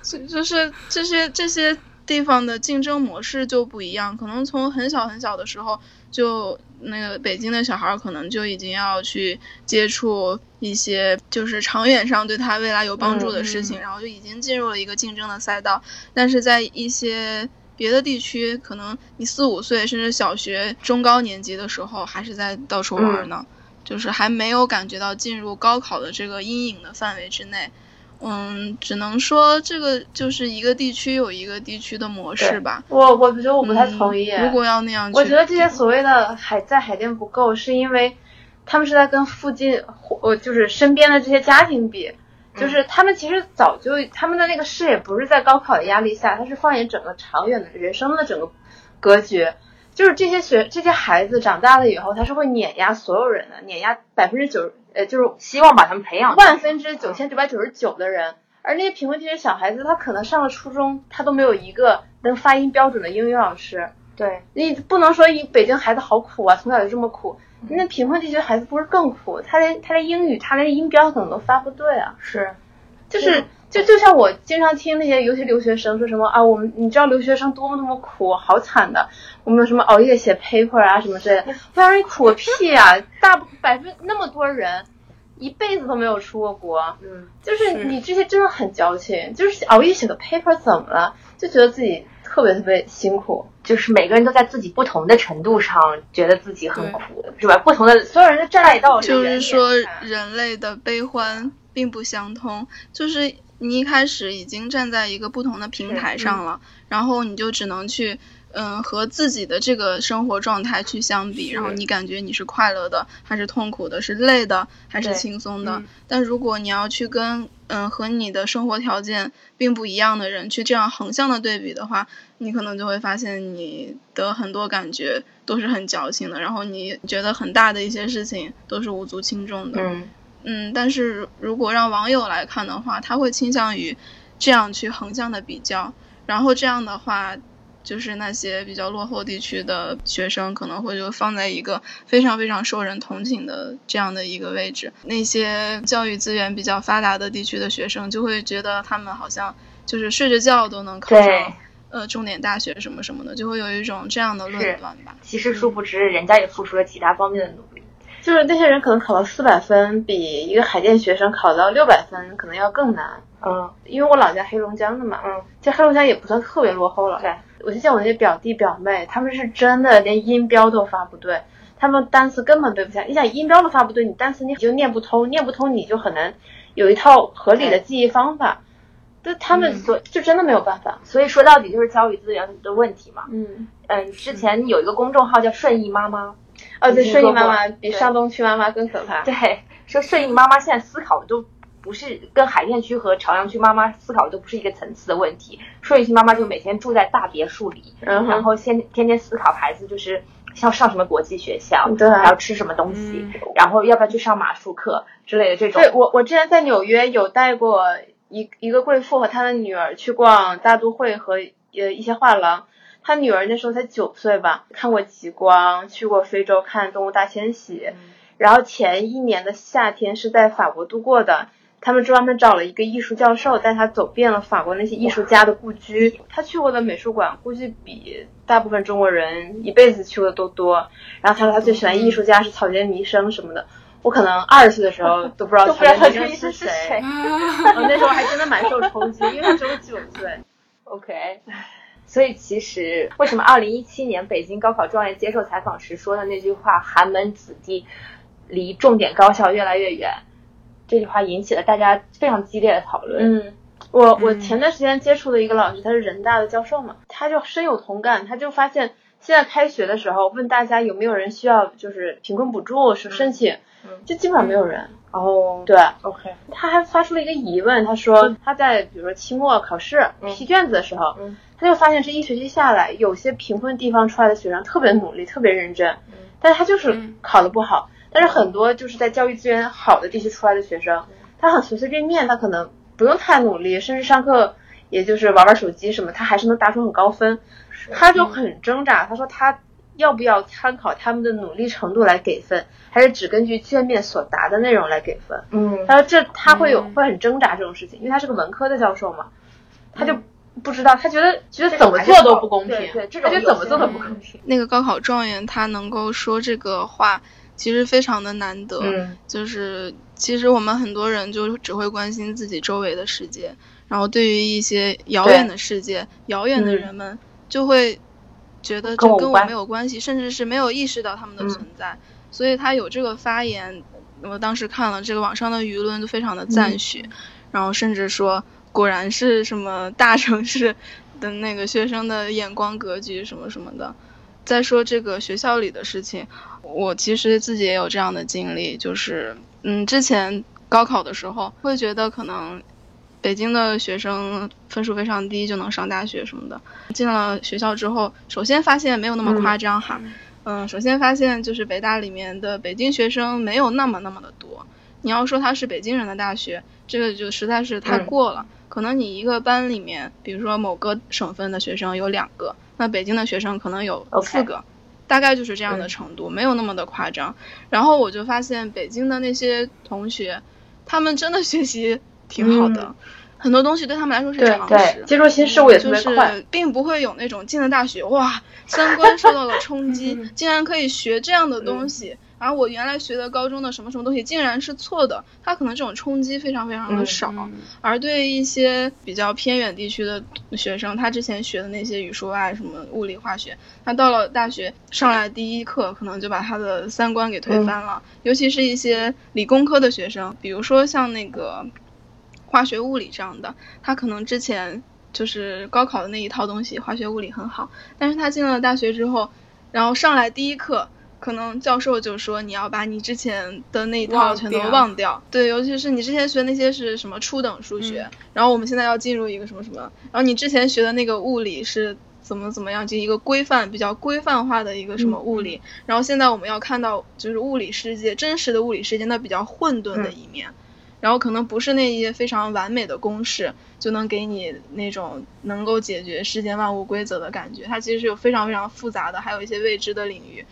S3: 就就是这些这些地方的竞争模式就不一样，可能从很小很小的时候就那个北京的小孩儿可能就已经要去接触一些就是长远上对他未来有帮助的事情，然后就已经进入了一个竞争的赛道。但是在一些别的地区，可能你四五岁甚至小学中高年级的时候，还是在到处玩儿呢，就是还没有感觉到进入高考的这个阴影的范围之内。嗯，只能说这个就是一个地区有一个地区的模式
S4: 对
S3: 吧。
S4: 我我觉得我不太
S3: 嗯
S4: 同意。
S3: 如果要那样去，
S4: 我觉得这些所谓的海在海淀不够，是因为他们是在跟附近或呃就是身边的这些家庭比，
S3: 嗯
S4: 就是他们其实早就他们的那个视野不是在高考的压力下，他是放眼整个长远的人生的整个格局。就是这些学这些孩子长大了以后，他是会碾压所有人的，碾压百分之九，呃，就是
S2: 希望把他们培养出来
S4: 万分之九千九百九十九的人，而那些贫困地区的小孩子，他可能上了初中，他都没有一个能发音标准的英语老师。
S2: 对，
S4: 你不能说一北京孩子好苦啊，从小就这么苦。那贫困地区孩子不是更苦？他连他连英语，他连音标可能都发不对啊。
S2: 是
S4: 就是就就像我经常听那些，尤其留学生说什么啊，我们你知道留学生多么多么苦，好惨的，我们有什么熬夜写 paper 啊什么之类的，我想说你苦个屁啊！大百分那么多人，一辈子都没有出过国，
S2: 嗯，
S4: 就是
S1: 是
S4: 你这些真的很矫情，就是熬夜写个 paper 怎么了？就觉得自己特别特别辛苦，
S2: 就是每个人都在自己不同的程度上觉得自己很
S1: 对
S2: 苦，是吧？不同的所有人都站在道理，
S3: 就是说人类的悲欢并不相通，就是你一开始已经站在一个不同的平台上了，然后你就只能去。嗯，和自己的这个生活状态去相比，然后你感觉你是快乐的，还是痛苦的，是累的，还是
S2: 对
S3: 轻松的？
S1: 嗯
S3: 但如果你要去跟嗯和你的生活条件并不一样的人去这样横向的对比的话，你可能就会发现你的很多感觉都是很矫情的，然后你觉得很大的一些事情都是无足轻重的。
S2: 嗯，
S3: 嗯但是如果让网友来看的话，他会倾向于这样去横向的比较，然后这样的话。就是那些比较落后地区的学生，可能会就放在一个非常非常受人同情的这样的一个位置。那些教育资源比较发达的地区的学生，就会觉得他们好像就是睡着觉都能考
S2: 对
S3: 上，呃重点大学什么什么的，就会有一种这样的论
S2: 是
S3: 断吧。
S2: 其实殊不知人家也付出了其他方面的努力，
S4: 就是那些人可能考到四百分，比一个海淀学生考到六百分可能要更难。
S2: 嗯
S4: 因为我老家黑龙江的嘛，
S2: 嗯，
S4: 其实黑龙江也不算特别落后了。
S2: 对，
S4: 我就见我那些表弟表妹，他们是真的连音标都发不对，他们单词根本背不下。你想音标都发不对，你单词你就念不通，念不通你就很难有一套合理的记忆方法。
S2: 嗯
S4: 但他们所、就真的没有办法。
S2: 所以说到底就是教育资源的问题嘛。
S4: 嗯，
S2: 嗯，之前有一个公众号叫顺义妈妈，
S4: 哦，对，
S2: 你
S4: 顺义
S2: 说
S4: 妈
S2: 过
S4: 妈
S2: 对
S4: 比上东区妈妈更可 怕。
S2: 对，说顺义妈妈现在思考的都不是跟海淀区和朝阳区妈妈思考的都不是一个层次的问题，顺义区妈妈就每天住在大别墅里，
S4: 然
S2: 然
S4: 后
S2: 后先天天思考孩子就是要上什么国际学校，
S4: 对嗯
S2: 然后吃什么东西，然后要不要去上马术课之类的这种
S4: 对。我，我之前在纽约有带过一一个贵妇和她的女儿去逛大都会和呃一些画廊。她女儿那时候才九岁吧，看过极光，去过非洲看动物大迁徙，
S2: 嗯
S4: 然后前一年的夏天是在法国度过的。他们专门找了一个艺术教授，带她走遍了法国那些艺术家的故居。她去过的美术馆估计比大部分中国人一辈子去过的都多。然后她说她最喜欢的艺术家是草间弥生什么的。我可能二十岁的时 候都不知道
S2: 都不
S4: 草
S2: 知道
S4: 间
S2: 他
S4: 弥生
S2: 是
S4: 谁，
S2: 谁。
S1: 嗯
S4: 我那时候还真的蛮受冲击，因为那时候九岁。
S2: OK，所以其实 为什么二零一七年北京高考状元接受采访时说的那句话“寒门子弟离重点高校越来越远”，这句话引起了大家非常激烈的讨论。
S4: 嗯，我我
S1: 嗯
S4: 前段时间接触的一个老师，他是人大的教授嘛，他就深有同感，他就发现现在开学的时候问大家有没有人需要就是贫困补助是申请，
S2: 嗯
S4: 就基本上没有人。
S2: 哦
S4: 对，
S2: ，OK，
S4: 他还发出了一个疑问，他说他在比如说期末考试
S2: 嗯
S4: 批卷子的时候，
S2: 嗯
S4: 他就发现这一学期下来，有些贫困地方出来的学生特别努力，特别认真，但是他就是
S1: 嗯
S4: 考得不好。但是很多就是在教育资源好的地区出来的学
S2: 嗯
S4: 生，他很随随便便，他可能不用太努力，甚至上课也就是玩玩手机什么，他还是能打出很高分。他就很挣扎，他说他要不要参考他们的努力程度来给分，还是只根据卷面所答的内容来给分？
S2: 嗯
S4: 他说这他会有
S1: 嗯
S4: 会很挣扎这种事情，因为他是个文科的教授嘛，他就
S2: 不知道，他觉得觉得
S4: 嗯这怎
S2: 怎
S4: 么
S2: 么
S4: 做
S2: 做
S4: 都
S2: 都
S4: 不
S2: 不
S4: 公
S2: 公
S4: 平
S2: 平，
S4: 他
S2: 他觉
S4: 觉得
S2: 得
S4: 怎
S2: 怎
S4: 么
S2: 么做
S4: 做都
S2: 都
S4: 不
S2: 不
S4: 公
S2: 公
S4: 平
S2: 平。
S3: 那个高考状元他能够说这个话，其实非常的难得。
S2: 嗯，
S3: 就是其实我们很多人就只会关心自己周围的世界，然后对于一些遥远的世界、遥远的人们，就会觉得这
S2: 跟我无
S3: 跟我
S2: 关嗯
S3: 没有关系，甚至是没有意识到他们的存在。所以他有这个发言，我当时看了这个网上的舆论都非常的赞
S2: 嗯
S3: 许，然后甚至说果然是什么大城市的那个学生的眼光格局什么什么的。再说这个学校里的事情，我其实自己也有这样的经历，就是嗯，之前高考的时候会觉得可能北京的学生分数非常低就能上大学什么的，进了学校之后，首先发现没有那么夸张哈，嗯、首先发现就是北大里面的北京学生没有那么那么的多，你要说它是北京人的大学，这个就实在是太
S2: 嗯
S3: 过了。可能你一个班里面，比如说某个省份的学生有两个，那北京的学生可能有
S2: OK
S3: 四个大概就是这样的
S2: 嗯
S3: 程度，没有那么的夸张。然后我就发现北京的那些同学，他们真的学习挺好的，很多东西对他们来说是常识
S2: 对，。接触新事物也特
S3: 嗯就
S4: 嗯
S2: 别
S3: 是
S2: 快。
S3: 并不会有那种进了大学哇，三观受到了冲击
S1: 嗯，
S3: 竟然可以学这样的东西，
S2: 嗯
S3: 而我原来学的高中的什么什么东西竟然是错的，他可能这种冲击非常非常的
S2: 嗯
S3: 少。
S1: 嗯
S3: 而对一些比较偏远地区的学生，他之前学的那些语数外、什么物理、化学，他到了大学上来第一课，可能就把他的三观给推翻了。尤其是一些理工科的学生，比如说像那个化学、物理这样的，他可能之前就是高考的那一套东西，化学、物理很好，但是他进了大学之后，然后上来第一课。可能教授就说你要把你之前的那一套
S1: 忘
S3: 全都
S1: 掉
S3: 忘掉，对，尤其是你之前学那些是什么初等数学，然后我们现在要进入一个什么什么，然后你之前学的那个物理是怎么怎么样，就一个规范比较规范化的一个什么物理，然后现在我们要看到就是物理世界真实的物理世界那比较混沌的一面，然后可能不是那一些非常完美的公式就能给你那种能够解决世间万物规则的感觉，它其实是有非常非常复杂的，还有一些未知的领域。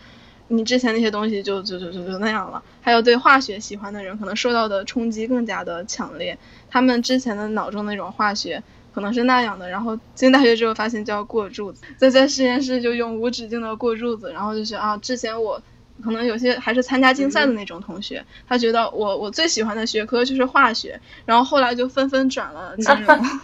S3: 你之前那些东西就就就就就那样了，还有对化学喜欢的人，可能受到的冲击更加的强烈。他们之前的脑中那种化学可能是那样的，然后进大学之后发现叫过柱子，在在实验室就用无止境的过柱子，然后就是啊，之前我可能有些还是参加竞赛的那种同学，他觉得我我最喜欢的学科就是化学，然后后来就纷纷转
S2: 嗯
S3: 了金 融，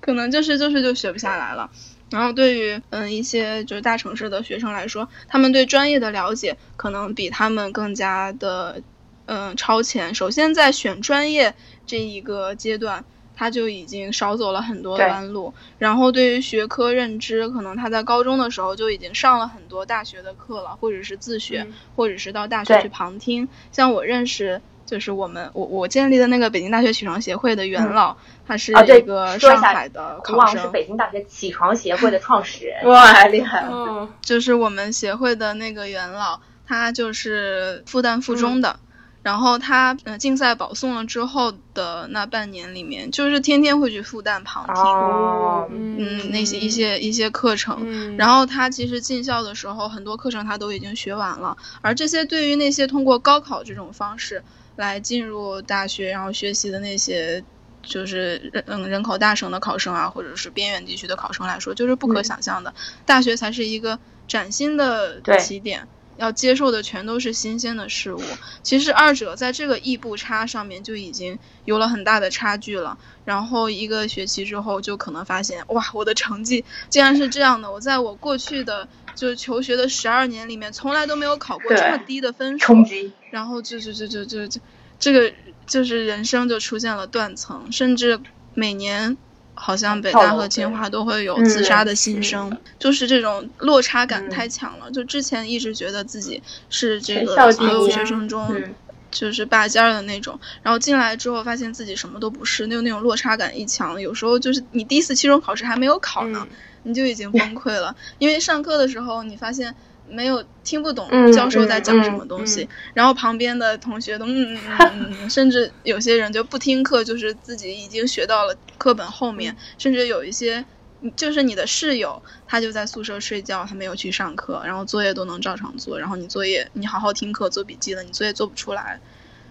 S3: 可能就是就是就学不下来了。然后对于嗯一些就是大城市的学生来说，他们对专业的了解可能比他们更加的嗯超前。首先在选专业这一个阶段，他就已经少走了很多
S2: 对
S3: 弯路。然后对于学科认知，可能他在高中的时候就已经上了很多大学的课了，或者是自学，
S1: 嗯
S3: 或者是到大学去
S2: 对
S3: 旁听。像我认识。就是我们我我建立的那个北京大学启床协会的元
S2: 嗯
S3: 老，他是
S2: 啊对
S3: 一个
S2: 说一
S3: 上
S2: 下
S3: 海的
S2: 胡
S3: 考
S2: 望
S3: 生，嗯
S2: 是北京大学起床协会的创始人，
S4: 哇，厉害了！
S1: 哦，
S3: 就是我们协会的那个元老，他就是复旦附中的。
S2: 嗯
S3: 然后他呃竞赛保送了之后的那半年里面，就是天天会去复旦旁听，
S2: 哦，
S3: 嗯，那些一，些一些课程。
S1: 嗯，
S3: 然后他其实进校的时候，很多课程他都已经学完了，而这些对于那些通过高考这种方式来进入大学，然后学习的那些。就是人嗯人口大省的考生啊，或者是边远地区的考生来说，就是不可想象的。大学才是一个崭新的
S2: 对
S3: 起点，要接受的全都是新鲜的事物。其实二者在这个异步差上面就已经有了很大的差距了。然后一个学期之后，就可能发现，哇，我的成绩竟然是这样的！我在我过去的就是求学的十二年里面，从来都没有考过
S4: 对
S3: 这么低的分数。
S2: 冲击，
S3: 然后就就就就就就这个就是人生就出现了断层，甚至每年好像北大
S2: 跳楼
S3: 和
S2: 对
S3: 清华都会有
S4: 嗯
S3: 自杀的新
S1: 是
S3: 生，就是这种落差感
S2: 嗯
S3: 太强了。就之前一直觉得自己是这
S4: 全
S3: 个
S4: 校
S3: 所
S4: 第
S3: 有
S4: 一
S3: 学生中
S4: 嗯
S3: 就是拔尖儿的那种，然后进来之后发现自己什么都不是，就那种落差感一强，有时候就是你第一次期中考试还没有考呢，
S1: 嗯
S3: 你就已经崩溃了，因为上课的时候你发现没有听不懂
S2: 嗯
S3: 教授在讲
S2: 嗯
S3: 什么东西，
S1: 嗯
S3: 然后旁边的同学都嗯嗯嗯嗯 嗯，甚至有些人就不听课，就是自己已经学到了课本后面，
S1: 嗯
S3: 甚至有一些嗯就是你的室友他就在宿舍睡觉，他没有去上课，然后作业都能照常做，然后你作业你好好听课做笔记的，你作业做不出来，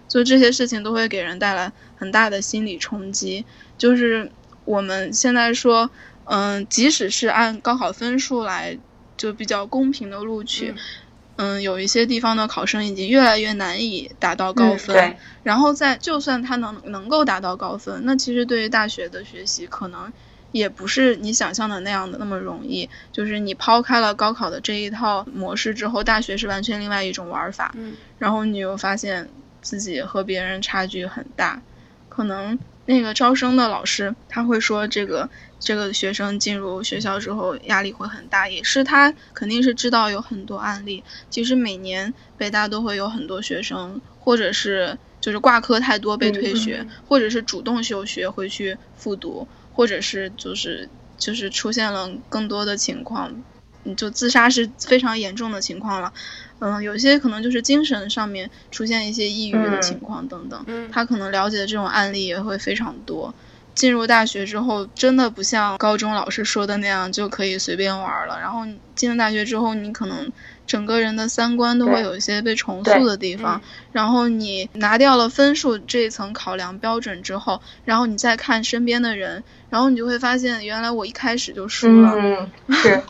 S3: 就这些事情都会给人带来很大的心理冲击，就是我们现在说，嗯，即使是按高考分数来就比较公平的录取，嗯，有一些地方的考生已经越来越难以达到高
S4: 嗯
S3: 分，
S2: 对
S3: 然后在就算他能能够达到高分，那其实对于大学的学习可能也不是你想象的那样的那么容易。就是你抛开了高考的这一套模式之后，大学是完全另外一种玩法。
S1: 嗯，
S3: 然后你又发现自己和别人差距很大，可能那个招生的老师他会说这个这个学生进入学校之后压力会很大，也是他肯定是知道有很多案例。其实每年北大都会有很多学生，或者是就是挂科太多被退学，
S1: 嗯
S3: 或者是主动休学回去复读，或者是就是就是出现了更多的情况，嗯就自杀是非常严重的情况了。嗯，有些可能就是精神上面出现一些抑郁的
S2: 嗯
S3: 情况等等。
S1: 嗯，
S3: 他可能了解的这种案例也会非常多。进入大学之后，真的不像高中老师说的那样就可以随便玩了。然后你进了大学之后，你可能整个人的三观都会
S2: 对
S3: 有一些被重
S2: 对
S3: 塑的地方
S1: 嗯。
S3: 然后你拿掉了分数这一层考量标准之后，然后你再看身边的人，然后你就会发现，原来我一开始就输了。
S2: 嗯，是，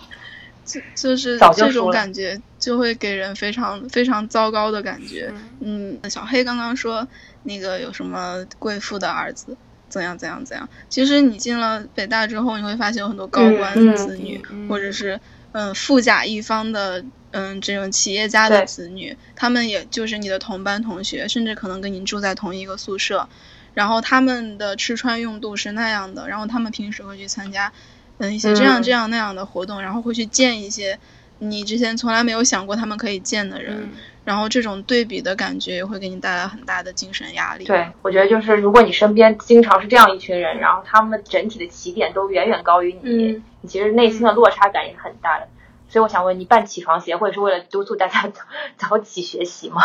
S3: 就就是
S2: 早就
S3: 这
S2: 输
S3: 种
S2: 了
S3: 感觉，就会给人非常非常糟糕的感觉。嗯，小黑刚刚说那个有什么贵妇的儿子怎样怎样怎样，其实你进了北大之后，你会发现有很多高
S2: 嗯
S3: 官
S2: 嗯
S3: 子女，
S1: 嗯
S3: 或者是嗯富甲一方的嗯这种企业家的
S2: 对
S3: 子女，他们也就是你的同班同学，甚至可能跟你住在同一个宿舍，然后他们的吃穿用度是那样的，然后他们平时会去参加嗯一些这样
S2: 嗯
S3: 这样那样的活动，然后会去见一些你之前从来没有想过他们可以见的人，
S1: 嗯
S3: 然后这种对比的感觉也会给你带来很大的精神压力。
S2: 对，我觉得就是如果你身边经常是这样一群人，然后他们整体的起点都远远高于你，
S4: 嗯
S2: 你其实内心的落差感也是很大的。所以我想问你，办起床协会是为了督促大家 早早起学习吗？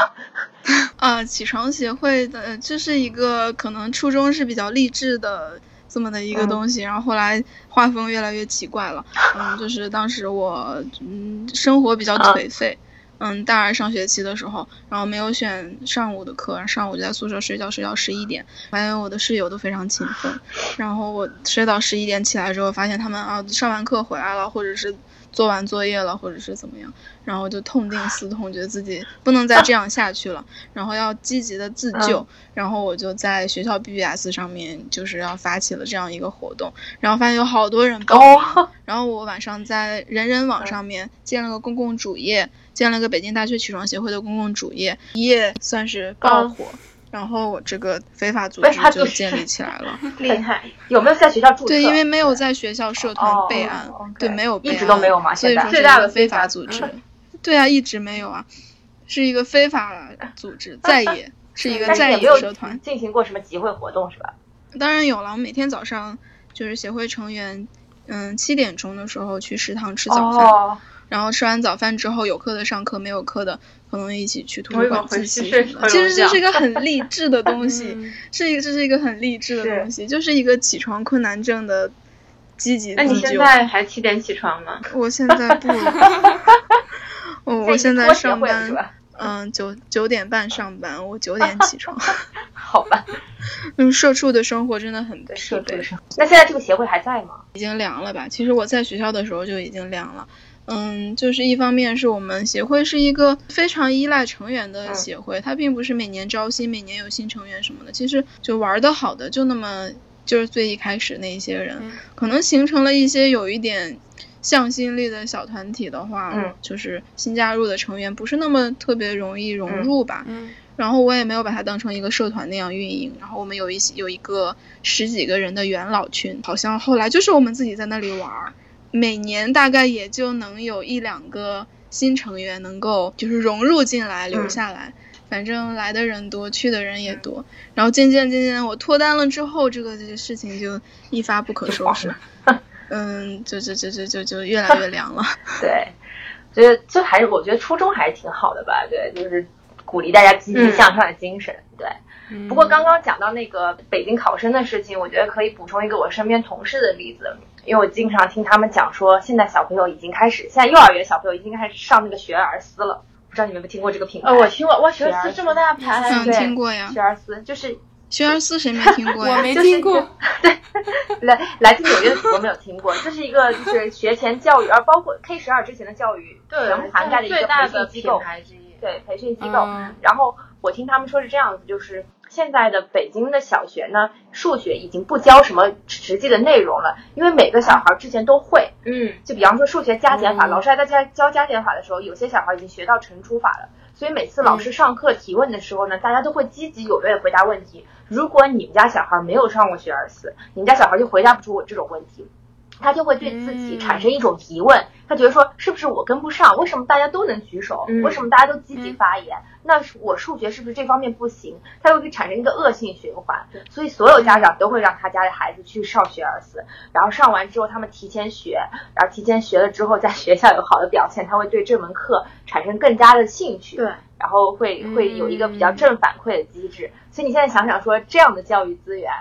S3: 啊，起床协会的呃这是一个可能初衷是比较励志的这么的一个
S2: 嗯
S3: 东西，然后后来画风越来越奇 怪了。嗯，就是当时我嗯生活比较
S2: 啊
S3: 颓废，嗯大二上学期的时候，然后没有选上午的课，上午就在宿舍睡觉，睡到十一点。还有我的室友都非常勤奋，然后我睡到十一点起来之后，发现他们啊上完课回来了，或者是做完作业了，或者是怎么样，然后就痛定思痛，觉得自己不能再这样下去了，然后要积极的自救。然后我就在学校 BBS 上面就是要发起了这样一个活动，然后发现有好多人报名，然后我晚上在人人网上面建了个公共主页，建了个北京大学起床协会的公共主页，一夜算是爆火。然后我这个非法组
S2: 非
S3: 织
S2: 法
S3: 就
S2: 组织
S3: 建立起来了，
S4: 厉害，
S2: 有没有在学校注册？
S3: 对，因为没有在学校社团
S2: 哦
S3: 备案，
S2: ，OK
S3: 对，没有备案，
S2: 一直都没有嘛
S3: 所以
S2: 现在
S3: 说
S4: 最大
S3: 是一
S4: 的
S3: 个非
S4: 非
S3: 法
S4: 法
S3: 组织，对啊，一直没有啊，是一个非法组织，在野是一个
S2: 但是
S3: 在
S2: 也
S3: 野
S2: 没有嗯
S3: 社团，
S2: 进行过什么集会活动是吧？
S3: 当然有了，我每天早上就是协会成员，嗯，七点钟的时候去食堂吃早饭，
S2: 哦，
S3: 然后吃完早饭之后有课的上课，没有课的可能一起去图
S4: 我
S3: 书
S4: 以为
S3: 馆
S4: 回
S3: 自
S4: 去
S3: 习
S4: 睡
S3: 什么
S4: 会
S3: 的。
S4: 儿
S3: 其
S4: 午
S3: 实这
S4: 觉
S3: 是一个很 励志的东西，
S1: 嗯
S3: 是一个这是一个很励志的
S2: 是
S3: 东西，就是一个起床困难症的积极
S4: 那你
S3: 自
S4: 现
S3: 救。
S4: 在还七点起床吗？
S3: 我现在不了， 我我现在
S2: 脱协
S3: 上
S2: 会了
S3: 班
S2: 是，吧？
S3: 嗯，九九点半上班，我九点起床。
S2: 好吧，
S3: 嗯，社畜的生活真的很疲
S2: 社畜
S3: 惫
S2: 的。生活。那现在这个协会还在吗？
S3: 已经凉了吧？其实我在学校的时候就已经凉了。嗯，就是一方面是我们协会是一个非常依赖成员的
S2: 嗯
S3: 协会，它并不是每年招新、每年有新成员什么的。其实就玩的好的就那么就是最一开始那一些人，
S1: 嗯
S3: 可能形成了一些有一点向心力的小团体的话，
S2: 嗯
S3: 就是新加入的成员不是那么特别容易融
S2: 嗯
S3: 入吧。
S1: 嗯
S3: 然后我也没有把它当成一个社团那样运营。然后我们有一些有一个十几个人的元老群，好像后来就是我们自己在那里玩儿，每年大概也就能有一两个新成员能够就是融入进来留
S2: 嗯
S3: 下来。反正来的人多，去的人也多，然后渐渐渐渐，我脱单了之后，这个这个事情就一发不可
S2: 就
S3: 收
S2: 黄
S3: 拾，嗯，就就就就就就越来越 凉了。
S2: 对，觉得这还是我觉得初衷还是挺好的吧，对，就是鼓励大家积极
S4: 嗯
S2: 向上的精神，对。
S1: 嗯，
S2: 不过刚刚讲到那个北京考生的事情，我觉得可以补充一个我身边同事的例子，因为我经常听他们讲说，现在小朋友已经开始，现在幼儿园小朋友已经开始上那个学而思了，不知道你们有没有听过这个品牌？
S4: 呃，我听过，哇，学
S2: 学
S4: 而
S2: 而
S4: 思这么大牌，
S3: 嗯，
S2: 对
S3: 听过呀
S2: 学，而思就是
S3: 学而思谁没听过
S1: 嗯我
S3: 呀？
S1: 没
S2: 就是
S1: 听过，
S2: 来来自纽约的主播没有听过，这是一个就是学前教育，而包括 K 十二之前的教育全部涵盖的一个
S4: 最大
S2: 培
S4: 的
S2: 训机
S4: 品
S2: 构，
S4: 牌之一。
S2: 对培训机构。
S1: 嗯，
S2: 然后我听他们说是这样子，就是现在的北京的小学呢，数学已经不教什么实际的内容了，因为每个小孩之前都会。
S4: 嗯，
S2: 就比方说数学加减法，
S1: 嗯
S2: 老师还在教教加减法的时候，有些小孩已经学到乘除法了。所以每次老师上课提问的时候呢，大家都会积极踊跃的回答问题。如果你们家小孩没有上过学而思，你们家小孩就回答不出我这种问题，他就会对自己产生一种疑问，他觉得说是不是我跟不上？为什么大家都能举手？
S4: 嗯
S2: 为什么大家都积极发言？那我数学是不是这方面不行？他会产生一个恶性循环
S4: 对。
S2: 所以所有家长都会让他家的孩子去上学而思，然后上完之后他们提前学，然后提前学了之后在学校有好的表现，他会对这门课产生更加的兴趣。
S4: 对，
S2: 然后会
S1: 嗯
S2: 会有一个比较正反馈的机制。所以你现在想想说，这样的教育资源，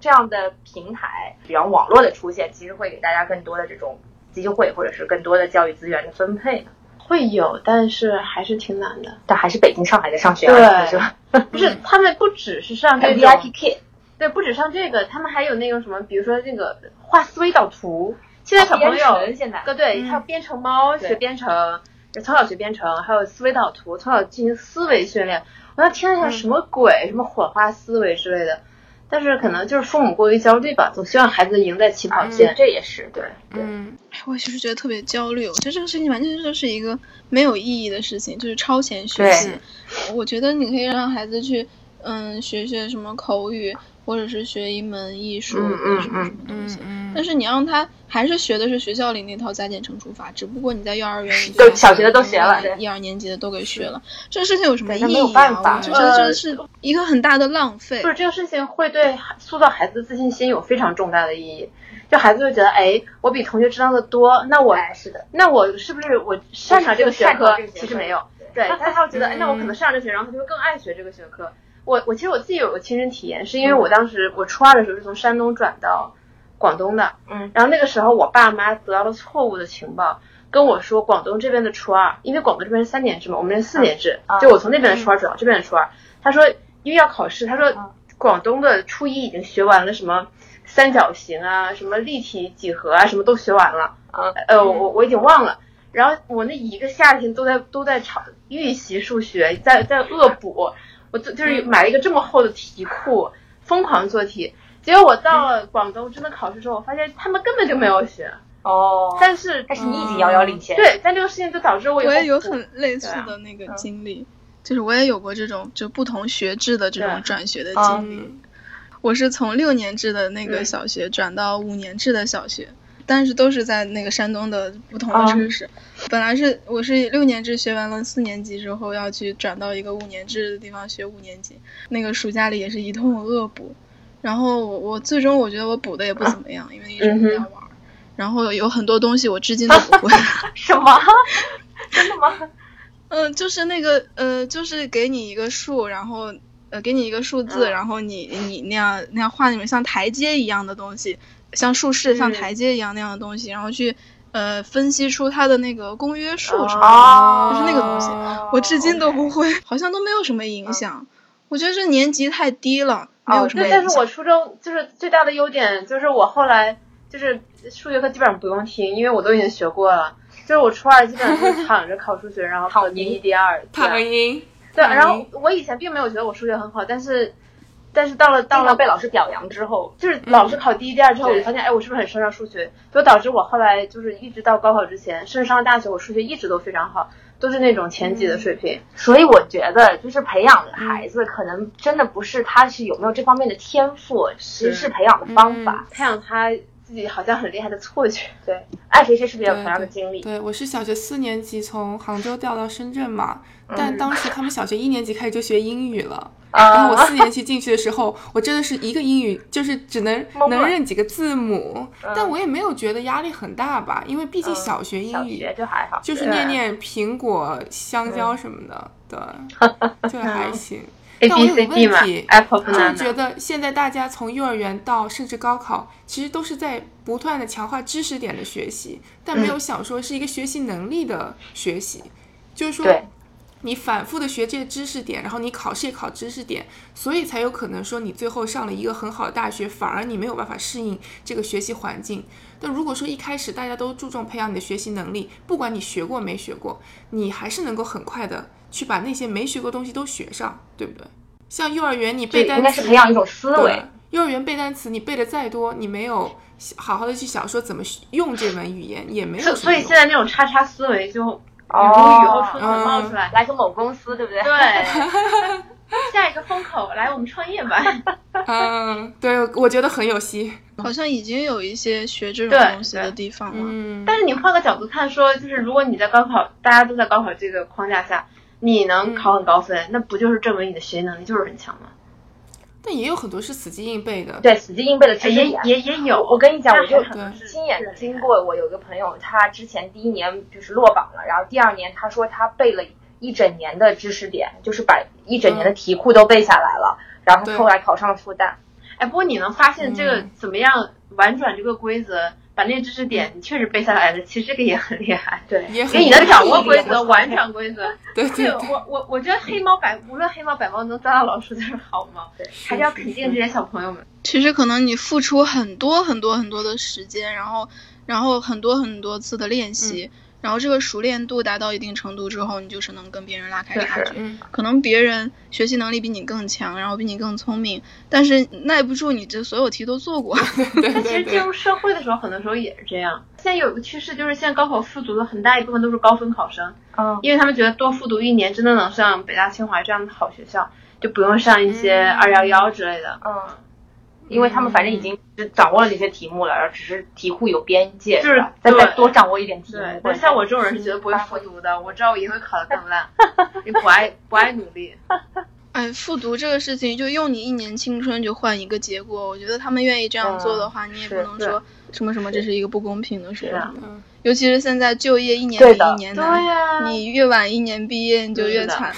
S2: 这样的平台，比方网络的出现，其实会给大家更多的这种机会，或者是更多的教育资源的分配。
S4: 会有，但是还是挺难的。
S2: 但还是北京、上海在上学
S4: 对
S2: 而已，是吧？
S4: 不是，他们不只是上
S2: 还有
S4: 这种
S2: VIP kid，
S4: 对，不止上这个，他们还有那个什么，比如说那个画思维导图。啊现在小朋友，
S2: 编程现在
S4: 对对，
S1: 嗯
S4: 还有编程猫
S2: 对
S4: 学编程，就从小学编程，还有思维导图，从小进行思维训练。我要听一下
S1: 嗯
S4: 什么鬼，什么火花思维之类的。但是可能就是父母过于焦虑吧，总希望孩子赢在起跑
S1: 嗯
S4: 线。
S2: 这也是对对。
S1: 嗯，
S3: 我其实觉得特别焦虑，我觉得这个事情完全就是一个没有意义的事情，就是超前学
S2: 对
S3: 习。我觉得你可以让孩子去，嗯，学学什么口语，或者是学一门艺术，
S2: 嗯嗯
S3: 什么什么东西。
S1: 嗯
S3: 但是你让他还是学的是学校里那套加减乘除法，只不过你在幼儿园里
S2: 对
S3: 学
S2: 小学的都学了对
S3: 一二年级的都给学了，这个事情有什么
S2: 对
S3: 意
S2: 那没有
S3: 义
S2: 办
S3: 啊？
S2: 法呃
S3: 我就觉得这是一个很大的浪费
S4: 不。是这个事情会对塑造孩子自信心有非常重大的意义，就孩子会觉得，哎，我比同学知道的多，那我
S2: 哎，是的，
S4: 那我是不是我擅长这个学
S2: 擅
S4: 科
S2: 长这个？学科
S4: 其实没有，
S2: 对
S4: 对，他他会觉得，哎，那我
S1: 嗯
S4: 可能擅长这个学，然后他就会更爱学这个学科。我我其实我自己有个亲身体验，是因为我当时我初二的时候是从山东转到广东的，
S2: 嗯，
S4: 然后那个时候我爸妈得到了错误的情报，跟我说广东这边的初二，因为广东这边是三年制嘛，我们是四年制，
S2: 啊
S4: 就我从那边的初二转到这边的初二，他说因为要考试，他说
S3: 嗯
S2: 啊
S4: 广东的初一已经学完了什么三角形啊，什么立体几何啊，什么都学完了。
S3: 嗯
S2: 啊
S4: 呃，我我已经忘了。然后我那一个夏天都在都在吵预习数学，在在恶补，我就
S3: 嗯
S4: 就是买了一个这么厚的题库，疯狂做题。结果我到
S3: 嗯
S4: 了广东真的考试之后，我发现他们根本就没有学，
S2: 哦，
S4: 但是
S2: 但是你已经遥遥领先，
S4: 对，但这个事情就导致我以后
S3: 哎我也有
S4: 不
S3: 很类似
S4: 对啊
S3: 的那个
S2: 嗯
S3: 经历，就是我也有过这种就不同学制的这
S4: 对哦
S3: 种转学的
S2: 啊
S3: 经历。我是从六年制的那个
S4: 嗯
S3: 小学转到五年制的小学，但是都是在那个山东的不同
S4: 哦
S3: 的城市。本来是我是六年制学完了四年级之后，要去转到一个五年制的地方学五年级，那个暑假里也是一通恶补。然后我我最终我觉得我补的也不怎么样，因为一直
S4: 嗯哼
S3: 没在玩儿。然后有很多东西我至今都不会。
S2: 什么？真的吗？
S3: 嗯，就是那个呃，就是给你一个数，然后呃，给你一个数字，
S4: 嗯
S3: 然后你你那样那样画那种像台阶一样的东西，像竖式、像
S4: 嗯
S3: 台阶一样那样的东西，然后去呃分析出它的那个公约数什么的。
S2: 哦，
S3: 就是那个东西我至今都不会，好像都没有什么影响。我觉得这年级太低了，没有
S2: 哦
S3: 什么
S4: 嗯对，
S3: 影
S4: 但是
S3: 响。
S4: 我初中就是最大的优点就是我后来就是数学课基本上不用听，因为我都已经学过了。就是我初二基本上就是躺着考数学，然后考第一、第二。对
S3: 啊
S1: 躺赢，
S4: 对，啊
S1: 躺
S4: 然后
S1: 赢
S4: 我以前并没有觉得我数学很好，但是但是到了到
S2: 当
S4: 了
S2: 了被老师表扬之后，
S4: 就是老师考第一、第二之后，我
S2: 嗯对
S4: 就发现，哎，我是不是很擅长数学？就导致我后来就是一直到高考之前，甚至上了大学，我数学一直都非常好，都是那种前几的水平。
S2: 所以我觉得就是培养的孩子，可能真的不是他是有没有这方面的天赋，其实是培养的方法。
S4: 培养他自己好像很厉害的错觉。
S2: 对，爱谁谁是不是也有同样的经历？
S1: 对，我是小学四年级从杭州调到深圳嘛，但
S2: 嗯
S1: 当时他们小学一年级开始就学英语了。然
S2: 啊
S1: 后我四年级进去的时候，我真的是一个英语就是只能
S2: 懵了
S1: 能认几个字母
S2: 嗯，
S1: 但我也没有觉得压力很大吧，因为毕竟
S2: 嗯
S1: 小学
S2: 小
S1: 英语
S2: 学就还好，
S1: 就是
S4: 对嗯
S1: 念念苹果、香蕉什么的， 对，就还行。
S4: A
S1: 但我
S4: B
S1: 有
S4: C
S1: 个
S4: D 嘛
S1: 问题
S4: ，Apple
S1: 就是
S4: banana
S1: 觉。得现在大家从幼儿园到甚至高考，其实都是在不断的强化知识点
S4: 嗯
S1: 的学习，但没有想说是一个学习能力的学习。就是说
S2: 对，
S1: 你反复的学这些知识点，然后你考试也考知识点，所以才有可能说你最后上了一个很好的大学，反而你没有办法适应这个学习环境。但如果说一开始大家都注重培养你的学习能力，不管你学过没学过，你还是能够很快的去把那些没学过东西都学上，对不对？像幼儿园你背
S2: 对，应
S1: 单
S2: 该
S1: 词
S2: 是，培养一种思维
S1: 对。，幼儿园背单词，你背的再多，你没有好好的去想说怎么用这门语言，也没有什
S4: 所
S1: 么
S4: 所以
S1: 用
S4: 现在那种叉叉思维就如雨后
S2: 哦，
S4: 春笋冒出来。
S2: 来个某公司，对 不对？
S4: 对，下一个风口来我们创业吧。
S1: 嗯，对，我觉得很有戏。
S3: 好像已经有一些学这种
S4: 对
S3: 东西的
S4: 对
S3: 地方了。
S1: 嗯，
S4: 但是你换个角度看说，就是如果你在高考，大家都在高考这个框架下，你能考很高分，那不就是证明你的学习能力就是很强吗？
S1: 但也有很多是死记硬背的。
S2: 对，死记硬背的知识
S4: 哎也
S2: 点。
S4: 也也有，
S2: 我跟你讲，
S4: 那
S2: 我就
S4: 很可能是
S2: 亲眼经过，我有个朋友，他之前第一年就是落榜了，然后第二年他说他背了一整年的知识点，就是把一整年的题库都背下来了，然后
S1: 对
S2: 后来考上了复旦。
S4: 哎，不过你能发现这个
S1: 嗯
S4: 怎么样婉转这个规则，把那个知识点你确实背下来的，其实这个也很厉害。
S2: 对，
S1: 也很
S4: 因为你能掌握规则，婉转规则。
S1: 对对
S4: 对
S1: 对，
S4: 我我我觉得黑猫白，无论黑猫白猫能当到老师就是好猫，
S2: 对
S4: 还是要肯定这些小朋友们。
S3: 其实可能你付出很多很多很多的时间，然后然后很多很多次的
S4: 嗯
S3: 练习，然后这个熟练度达到一定程度之后，你就是能跟别人拉开
S4: 是
S3: 差距。
S4: 是
S1: 嗯，
S3: 可能别人学习能力比你更强，然后比你更聪明，但是耐不住你这所有题都做 过。
S1: 对
S4: 但其
S1: 对
S4: 实进
S1: 对，
S4: 入社会的时候，很多时候也是这样。现在有一个趋势就是，现在高考复读的很大一部分都是高分考生，
S2: 嗯，
S4: 因为他们觉得多复读一年真的能上北大、清华这样的好学校，就不用上一些
S1: 嗯
S4: 二幺幺之类的。
S2: 嗯，因为他们反正已经只掌握了这些题目了，然后只是题库有边界，
S4: 就是
S2: 吧再再
S4: 对
S2: 多掌握一点题目
S4: 对，。
S2: 或
S4: 但
S2: 者
S4: 像我这种人是绝对不会复读的，我知道我一定会考得更烂，也不爱不爱努力。
S3: 哎，复读这个事情，就用你一年青春就换一个结果，我觉得他们愿意这样做的话，你也不
S2: 是
S3: 能
S4: 嗯对
S3: 说什么什么这是一个不公平的事
S4: 是啊
S3: 情。
S1: 嗯
S3: 尤其是现在就业一年
S2: 对
S3: 比
S2: 的
S3: 一年难，
S4: 呀
S3: 你越晚一年毕业你就越
S4: 是的
S3: 惨。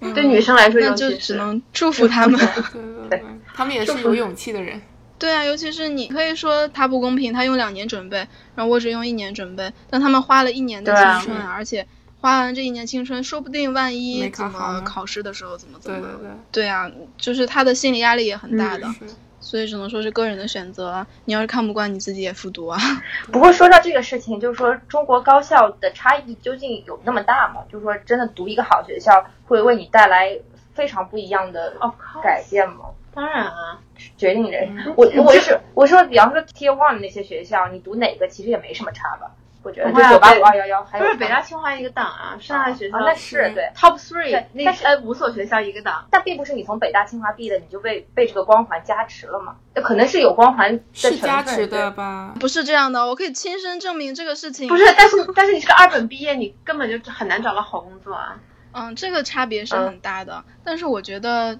S3: 嗯
S4: 对女生来说
S3: 那
S4: 尤
S3: 就
S4: 其
S3: 只
S4: 是。
S3: 能祝福他们。
S1: 对对对，他们也是有勇气的人。
S3: 对啊，尤其是你可以说他不公平，他用两年准备，然后我只用一年准备，但他们花了一年的
S4: 对啊
S3: 青春啊，而且花完这一年青春，说不定万一
S1: 没考
S3: 怎
S1: 好
S3: 么
S1: 呢
S3: 考试的时候怎么怎
S1: 对嗯
S3: 么，
S1: 对对，
S3: 对啊，就是他的心理压力也很大的，
S1: 是
S3: 所以只能说是个人的选择啊。你要是看不惯你自己也复读啊，
S2: 不过说到这个事情，就是说中国高校的差异究竟有那么大吗？就是说真的读一个好学校会为你带来非常不一样的
S4: Of course
S2: 改变吗？
S4: 哦当然啊，
S2: 决定人
S1: 嗯，
S2: 我我是我说，比方说 Tier One 那些学校，你读哪个其实也没什么差吧？我觉得
S4: 不会
S2: 就
S4: 啊
S2: 九八
S4: 北
S2: 五二幺幺，还
S4: 不
S2: 有
S4: 是北大、
S2: 啊
S4: 清华一个档啊，上海学校嗯
S2: 啊那是
S1: 是
S2: 对，
S4: top three
S2: 对
S4: 那
S2: 但是
S4: 呃五所学校一个档。
S2: 但并不是你从北大、清华毕业的，你就被被这个光环加持了嘛？那可能是有光环的成
S1: 是
S2: 分
S1: 加持
S2: 对
S1: 的吧？
S3: 不是这样的，我可以亲身证明这个事情。
S4: 不是，，但是但是你是个二本毕业，你根本就很难找到好工 作啊。
S3: 嗯，这个差别是
S2: 嗯
S3: 很大的，但是我觉得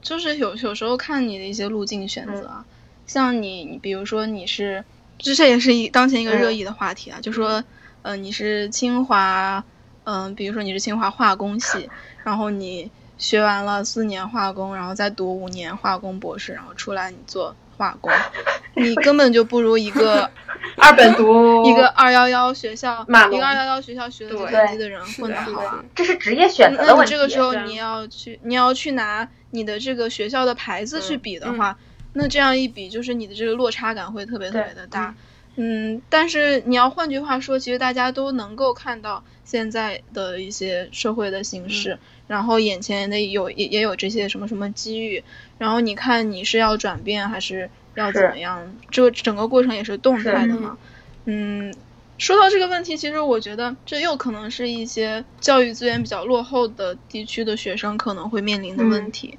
S3: 就是有有时候看你的一些路径选择啊，像你，你比如说你是，这这也是一当前一个热议的话题啊，就说，呃，你是清华，嗯、比如说你是清华化工系，然后你学完了四年化工，然后再读五年化工博士，然后出来你做化工，你根本就不如一个
S4: 二本读
S3: 一个二幺幺学校，
S4: 马
S3: 一
S4: 龙
S3: 个二幺幺学校学的计
S4: 对
S3: 算机的人
S1: 是
S3: 混得
S1: 的，
S3: 好啊。
S2: 这是职业选择
S3: 嗯那
S2: 的
S3: 你
S2: 问题。
S3: 这个时候
S4: 对啊
S3: 你要去，你要去拿你的这个学校的牌子去比的
S1: 嗯
S3: 话，那这样一比，就是你的这个落差感会特别特
S2: 对
S3: 别的大。嗯，但是你要换句话说，其实大家都能够看到现在的一些社会的形势，然后眼前的有也也有这些什么什么机遇，然后你看你是要转变还是要怎
S2: 是
S3: 么样，这个整个过程也是动
S2: 是
S3: 态的嘛。嗯，说到这个问题，其实我觉得这又可能是一些教育资源比较落后的地区的学生可能会面临的
S2: 嗯
S3: 问题，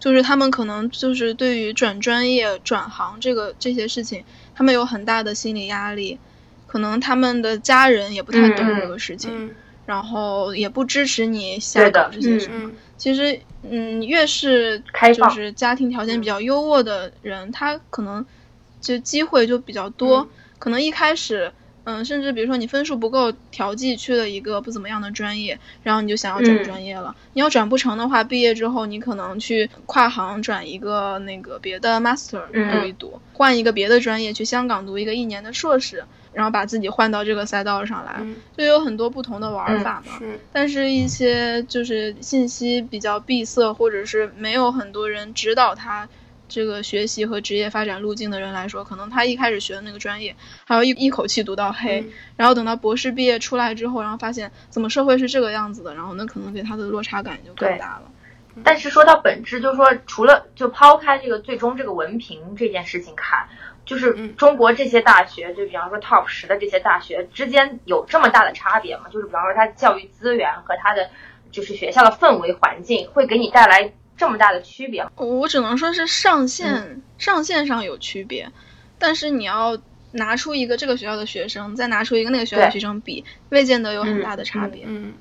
S3: 就是他们可能就是对于转专业、转行这个这些事情，他们有很大的心理压力，可能他们的家人也不太
S2: 嗯
S3: 懂
S2: 嗯
S3: 这个事情，
S1: 嗯
S3: 然后也不支持你
S2: 对
S3: 瞎
S2: 的
S3: 搞这些事。
S1: 嗯
S3: 其实，嗯，越是
S2: 开
S3: 就
S2: 放嗯
S3: 是家庭条件比较优
S2: 嗯
S3: 渥的人，他可能就机会就比较多。可能一开始嗯，甚至比如说你分数不够，调剂去了一个不怎么样的专业，然后你就想要转
S4: 嗯
S3: 专业了。你要转不成的话，毕业之后你可能去跨行转一个那个别的 master
S4: 嗯
S3: 读一读，换一个别的专业去香港读一个一年的硕士，然后把自己换到这个赛道上来，
S1: 嗯，
S3: 就有很多不同的玩
S4: 嗯
S3: 法嘛。
S1: 是，
S3: 但是，一些就是信息比较闭塞，或者是没有很多人指导他这个学习和职业发展路径的人来说，可能他一开始学的那个专业，还要一一口气读到黑，
S1: 嗯
S3: 然后等到博士毕业出来之后，然后发现怎么社会是这个样子的，然后那可能给他的落差感就更
S2: 对
S3: 大了。
S2: 但是说到本质，就是说除了就抛开这个最终这个文凭这件事情看，就是
S1: 嗯
S2: 中国这些大学，就比方说 top 十的这些大学之间有这么大的差别吗？就是比方说它的教育资源和它的就是学校的氛围环境会给你带来这么大的区别吗？
S3: 我我只能说是上限、上限上有区别，但是你要拿出一个这个学校的学生，再拿出一个那个学校的
S2: 对
S3: 学生比，未见得有很
S4: 嗯
S3: 大的差
S4: 嗯
S3: 别。
S1: 嗯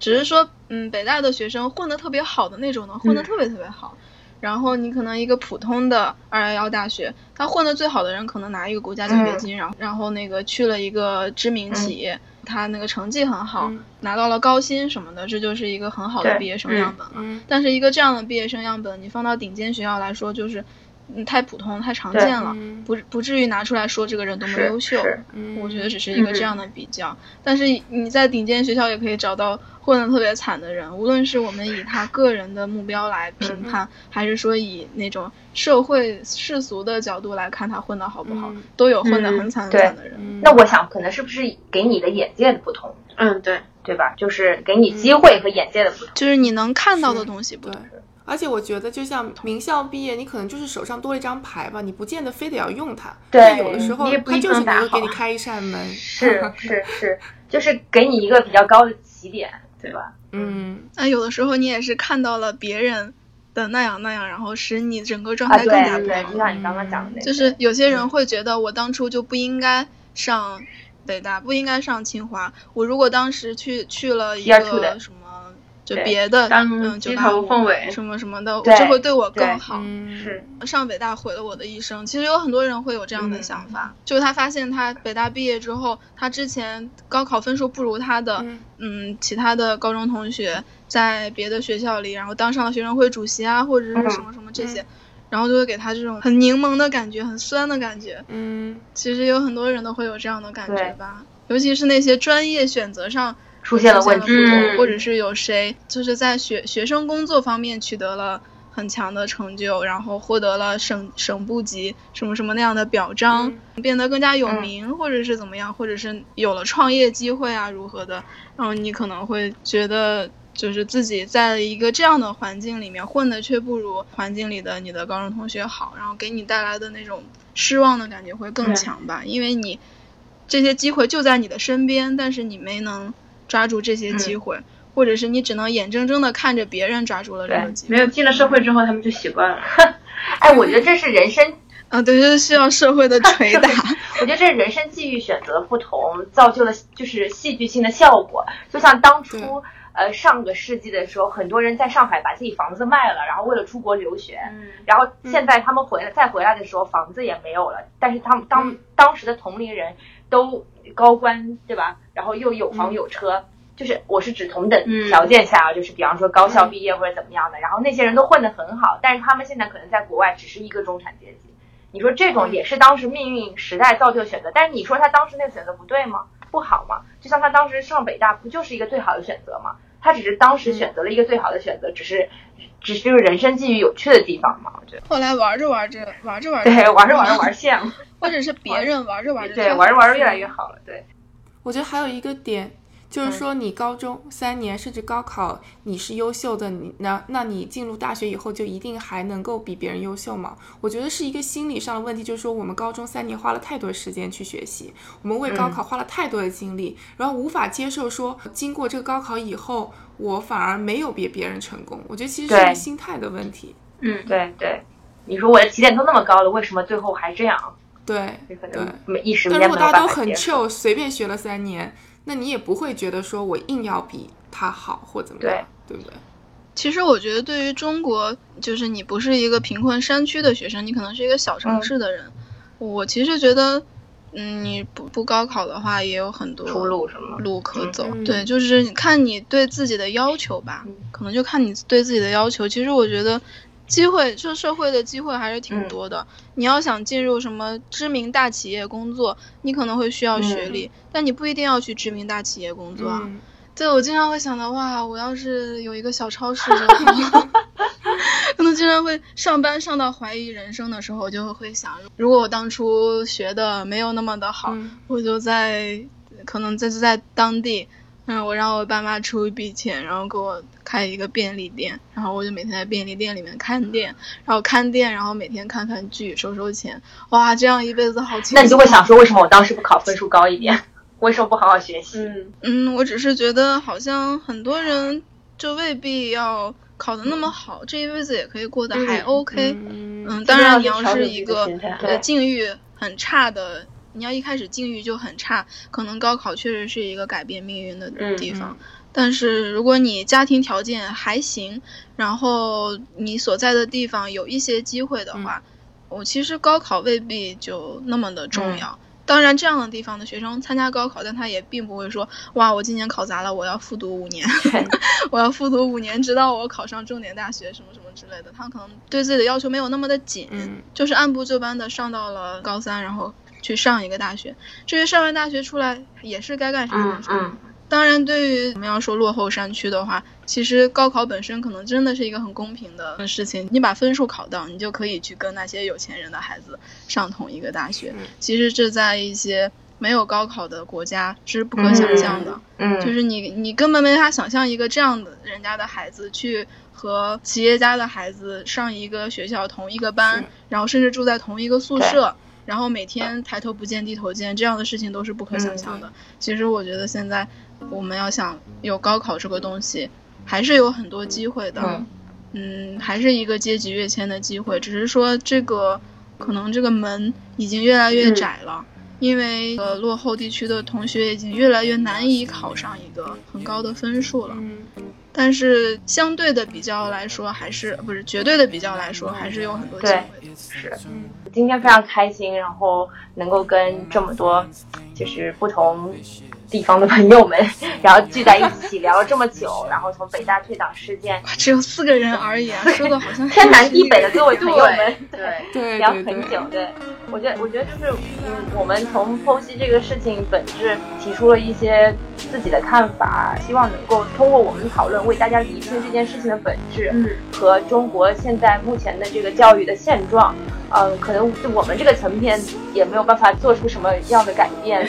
S3: 只是说，嗯，北大的学生混得特别好的那种呢，混得
S4: 嗯
S3: 特别特别好。然后你可能一个普通的二幺幺大学，他混得最好的人可能拿一个国家奖学金，然后然后那个去了一个知名企业，他那个成绩很好，
S1: 嗯
S3: 拿到了高薪什么的，这就是一个很好的
S2: 对
S3: 毕业生样本。
S1: 嗯
S3: 但是一个这样的毕业生样本，你放到顶尖学校来说，就是嗯太普通、太常
S2: 对
S3: 见了，
S1: 嗯
S3: 不不至于拿出来说这个人多么
S2: 是
S3: 优秀。
S2: 是
S1: 嗯，
S3: 我觉得只是一个这样的比较。但是你在顶尖学校也可以找到混得特别惨的人，无论是我们以他个人的目标来
S1: 嗯
S3: 评判，还是说以那种社会世俗的角度来看他混得好不好，
S1: 嗯
S3: 都有混得很惨很惨的人。
S1: 嗯
S2: 那我想可能是不是给你的眼界的不同，
S4: 嗯，对，
S2: 对吧？就是给你机会和眼界的不同。
S3: 就是你能看到的
S1: 是
S3: 东西不
S1: 对
S3: 同。。
S1: 而且我觉得，就像名校毕业，你可能就是手上多了一张牌吧，你不见得非得要用它。
S2: 对
S1: 但有的时候
S4: 你也不
S1: 它
S4: 一定
S1: 就是
S4: 打
S1: 能够给
S4: 好
S1: 你开一扇门。
S2: 是是是，就是给你一个比较高的起点，对吧？
S1: 嗯，
S3: 那有的时候你也是看到了别人的那样那样，然后使你整个状
S2: 啊，
S3: 态
S2: 对
S3: 更加不
S2: 对，
S3: 好
S2: 就。像你刚刚讲的那个，
S3: 就是有些人会觉得我当初就不应该上北大，不应该上清华。我如果当时去去了一
S2: 第二处的
S3: 个什么，就
S2: 对
S3: 别的，
S4: 当
S3: 嗯，
S4: 鸡
S3: 九八
S4: 头凤
S3: 五
S4: 尾
S3: 什么什么的，
S2: 对
S3: 就会对我
S2: 对
S3: 更好。
S1: 嗯
S2: 是，
S3: 上北大毁了我的一生。其实有很多人会有这样的
S2: 嗯
S3: 想法，就是他发现他北大毕业之后，他之前高考分数不如他的，
S1: 嗯
S3: 嗯，其他的高中同学在别的学校里，然后当上了学生会主席啊，或者是什么什么这些，嗯然后就会给他这种很柠檬的感觉，很酸的感觉。
S1: 嗯，
S3: 其实有很多人都会有这样的感觉
S2: 对
S3: 吧，尤其是那些专业选择上
S2: 出现了问题
S3: 出现了不同
S4: 嗯
S3: 或者是有谁就是在学学生工作方面取得了很强的成就，然后获得了省省部级什么什么那样的表彰，
S2: 嗯
S3: 变得更加有名，或者是怎么样，或者是有了创业机会啊，如何的，然后你可能会觉得。就是自己在一个这样的环境里面混的，却不如环境里的你的高中同学好，然后给你带来的那种失望的感觉会更
S4: 对
S3: 强吧，因为你这些机会就在你的身边，但是你没能抓住这些机
S2: 嗯
S3: 会，或者是你只能眼睁睁的看着别人抓住了这个
S2: 对
S3: 机会
S4: 没。有进了社会之后，他们就习惯了。
S2: 哎，我觉得这是人生，
S3: 啊，对，就是需要社会的捶 打。
S2: 我觉得这是人生际遇选择的不同，造就了就是戏剧性的效果。就像当初呃上个世纪的时候，很多人在上海把自己房子卖了，然后为了出国留学。
S4: 嗯，
S2: 然后现在他们回来、再回来的时候，房子也没有了，但是他们当、
S4: 嗯
S2: 当时的同龄人都高官，对吧？然后又有房有车，就是我是指同等
S4: 嗯
S2: 条件下啊，就是比方说高校毕业或者怎么样的，然后那些人都混得很好，但是他们现在可能在国外只是一个中产阶级。你说这
S4: 嗯
S2: 种也是当时命运时代造就选择，但是你说他当时那个选择不对吗？不好吗？就像他当时上北大，不就是一个最好的选择吗？他只是当
S1: 嗯
S2: 时选择了一个最好的选择，只是，只是就是人生际遇有趣的地方嘛，我觉得。
S3: 后来玩着玩着，玩着玩 着，
S2: 对，玩着玩着玩线了，
S3: 或者是别人玩着玩着，
S2: 对，玩着玩着越来越。好了，对，
S1: 我觉得还有一个点，
S2: 嗯
S1: 就是说你高中三年甚至高考你是优秀的，你那那你进入大学以后就一定还能够比别人优秀吗？我觉得是一个心理上的问题，就是说我们高中三年花了太多时间去学习，我们为
S2: 嗯
S1: 高考花了太多的精力，然后无法接受说经过这个高考以后，我反而没有比别人成功。我觉得其实是一
S2: 对
S1: 个心态的问题。
S4: 嗯，
S2: 对对。你说我的起点都那么高了，为什么最后还这样？
S1: 对
S2: 就可
S1: 对
S2: 能。没一时
S1: 但
S2: 间
S1: 如
S2: 没
S1: 果
S2: 有
S1: 大家
S2: 办
S1: 都
S2: 法
S1: 很
S2: 接受。
S1: chill，随便学了三年，那你也不会觉得说我硬要比他好或怎么样，对不对？
S3: 其实我觉得，对于中国，就是你
S1: 嗯
S3: 不是一个贫困山区的学生，你可能是一个小城市的人，我其实觉得嗯，你不不高考的话，也有很多
S2: 出路什么？
S3: 路可走。
S1: 嗯
S3: 对，就是你看你对自己的要求吧，
S2: 嗯
S3: 可能就看你对自己的要求。其实我觉得，机会这社会的机会还是挺
S2: 嗯
S3: 多的。你要想进入什么知名大企业工作，你可能会需要学
S2: 嗯
S3: 历，但你不一定要去知名大企业工作啊。
S1: 嗯
S3: 对，我经常会想到，哇，我要是有一个小超市就 好。 可能经常会上班上到怀疑人生的时候，我就会想，如果我当初学的没有那么的好，
S1: 嗯
S3: 我就在可能就是在当地，嗯，我让我爸妈出一笔钱，然后给我开一个便利店，然后我就每天在便利店里面看店，然后看店，然后每天看看剧，收收钱，哇，这样一辈子好轻松。
S2: 那你就会想说，为什么我当时不考分数高一点？为什么不好好学习？
S4: 嗯，
S3: 嗯，我只是觉得好像很多人就未必要考得那么好，这一辈子也可以过得还
S4: 嗯
S3: OK。
S1: 嗯
S3: 嗯，
S4: 就
S3: 当
S4: 是要
S3: 然你
S4: 去
S3: 要
S4: 调整
S3: 是
S4: 自己
S3: 一
S4: 的
S3: 个
S4: 心态
S3: 呃
S2: 对
S3: 境遇很差的，你要一开始境遇就很差，可能高考确实是一个改变命运的
S4: 嗯
S3: 地方。但是如果你家庭条件还行，然后你所在的地方有一些机会的
S4: 嗯
S3: 话，我其实高考未必就那么的重
S4: 嗯
S3: 要。当然，这样的地方的学生参加高考，但他也并不会说，哇，我今年考砸了，我要复读五年。 我要复读五年，直到我考上重点大学，什么什么之类的。他可能对自己的要求没有那么的紧，
S1: 嗯
S3: 就是按部就班的上到了高三，然后去上一个大学。至于上完大学出来也是该干啥干
S2: 嗯
S3: 啥。
S2: 嗯，
S3: 当然，对于我们要说落后山区的话，其实高考本身可能真的是一个很公平的事情。你把分数考到，你就可以去跟那些有钱人的孩子上同一个大学
S1: 嗯。
S3: 其实这在一些没有高考的国家是不可想象的。
S2: 嗯，
S3: 就是你你根本没法想象一个这样的人家的孩子去和企业家的孩子上一个学校同一个班
S1: 是，
S3: 然后甚至住在同一个宿舍。然后每天抬头不见低头见，这样的事情都是不可想象的。
S2: 嗯
S3: 其实我觉得现在我们要想有高考这个东西，还是有很多机会的。
S2: 嗯
S3: 嗯，还是一个阶级跃迁的机会，只是说这个可能这个门已经越来
S2: 嗯
S3: 越窄了，因为呃落后地区的同学已经越来越难以考上一个很高的分数了。
S1: 嗯
S3: 但是相对的比较来说，还是不是绝对的比较来说，还是有很多机
S2: 对
S3: 会的。
S1: 嗯
S2: 今天非常开心，然后能够跟这么多就是不同地方的朋友们，然后聚在一起聊了这么久，然后从北大退党事件，
S3: 哇， 只有四个人而已啊，说的好 像
S2: 天南地北的各位朋友们
S4: 对，对。
S1: 对
S2: 聊
S1: 对
S2: 很
S1: 对，
S2: 久。对，我觉得我觉得就是，嗯，我们从剖析这个事情本质，提出了一些自己的看法，希望能够通过我们的讨论为大家理清这件事情的本质。
S4: 嗯
S2: 和中国现在目前的这个教育的现状，嗯，可能对我们这个层面也没有办法做出什么样的改变，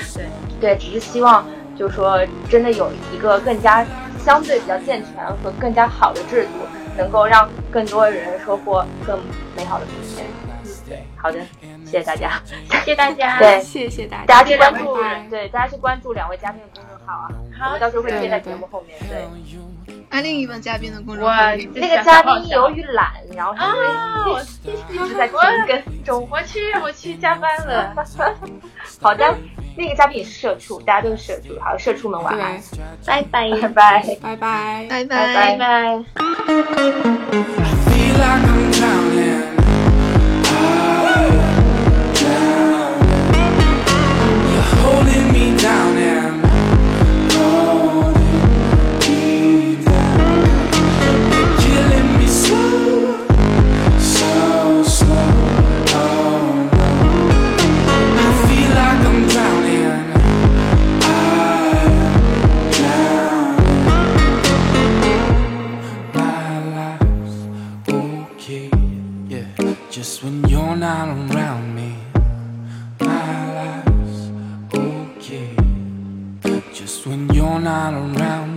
S4: 对，
S2: 对，只是希望就是说真的有一个更加相对比较健全和更加好的制度，能够让更多的人收获更美好的明天。好的，谢谢大家，
S4: 谢谢大家，
S2: 对
S1: 谢谢大
S2: 大
S1: 家，
S2: 家去关注
S1: 拜拜，
S2: 对，大家去关注两位嘉宾的公众号啊，我
S4: 好
S2: 们到时候会
S1: 对
S2: 贴在
S1: 对
S2: 节目后面。对，
S3: 安另一位嘉宾的公众号
S4: 我
S3: 里面
S2: 那个嘉宾由于懒，然后因为
S4: 啊，我
S2: 一直在停更。
S4: 中，我去，我去加班了。
S2: 好的，那个嘉宾也是社畜，大家都是社畜，好，社畜们晚安，
S1: 对，
S4: 拜拜，
S2: 拜拜。
S1: 拜拜。
S3: 拜
S2: 拜
S4: 拜拜。
S5: feel like I'm drowning. I'm drowning. You're holding me down and holding me down. You're killing me slow, so slow. Oh no. I feel like I'm drowning. I'm drowning. My life's okay. Yeah, just when you're not around me, my life's okay. Just when you're not around oh,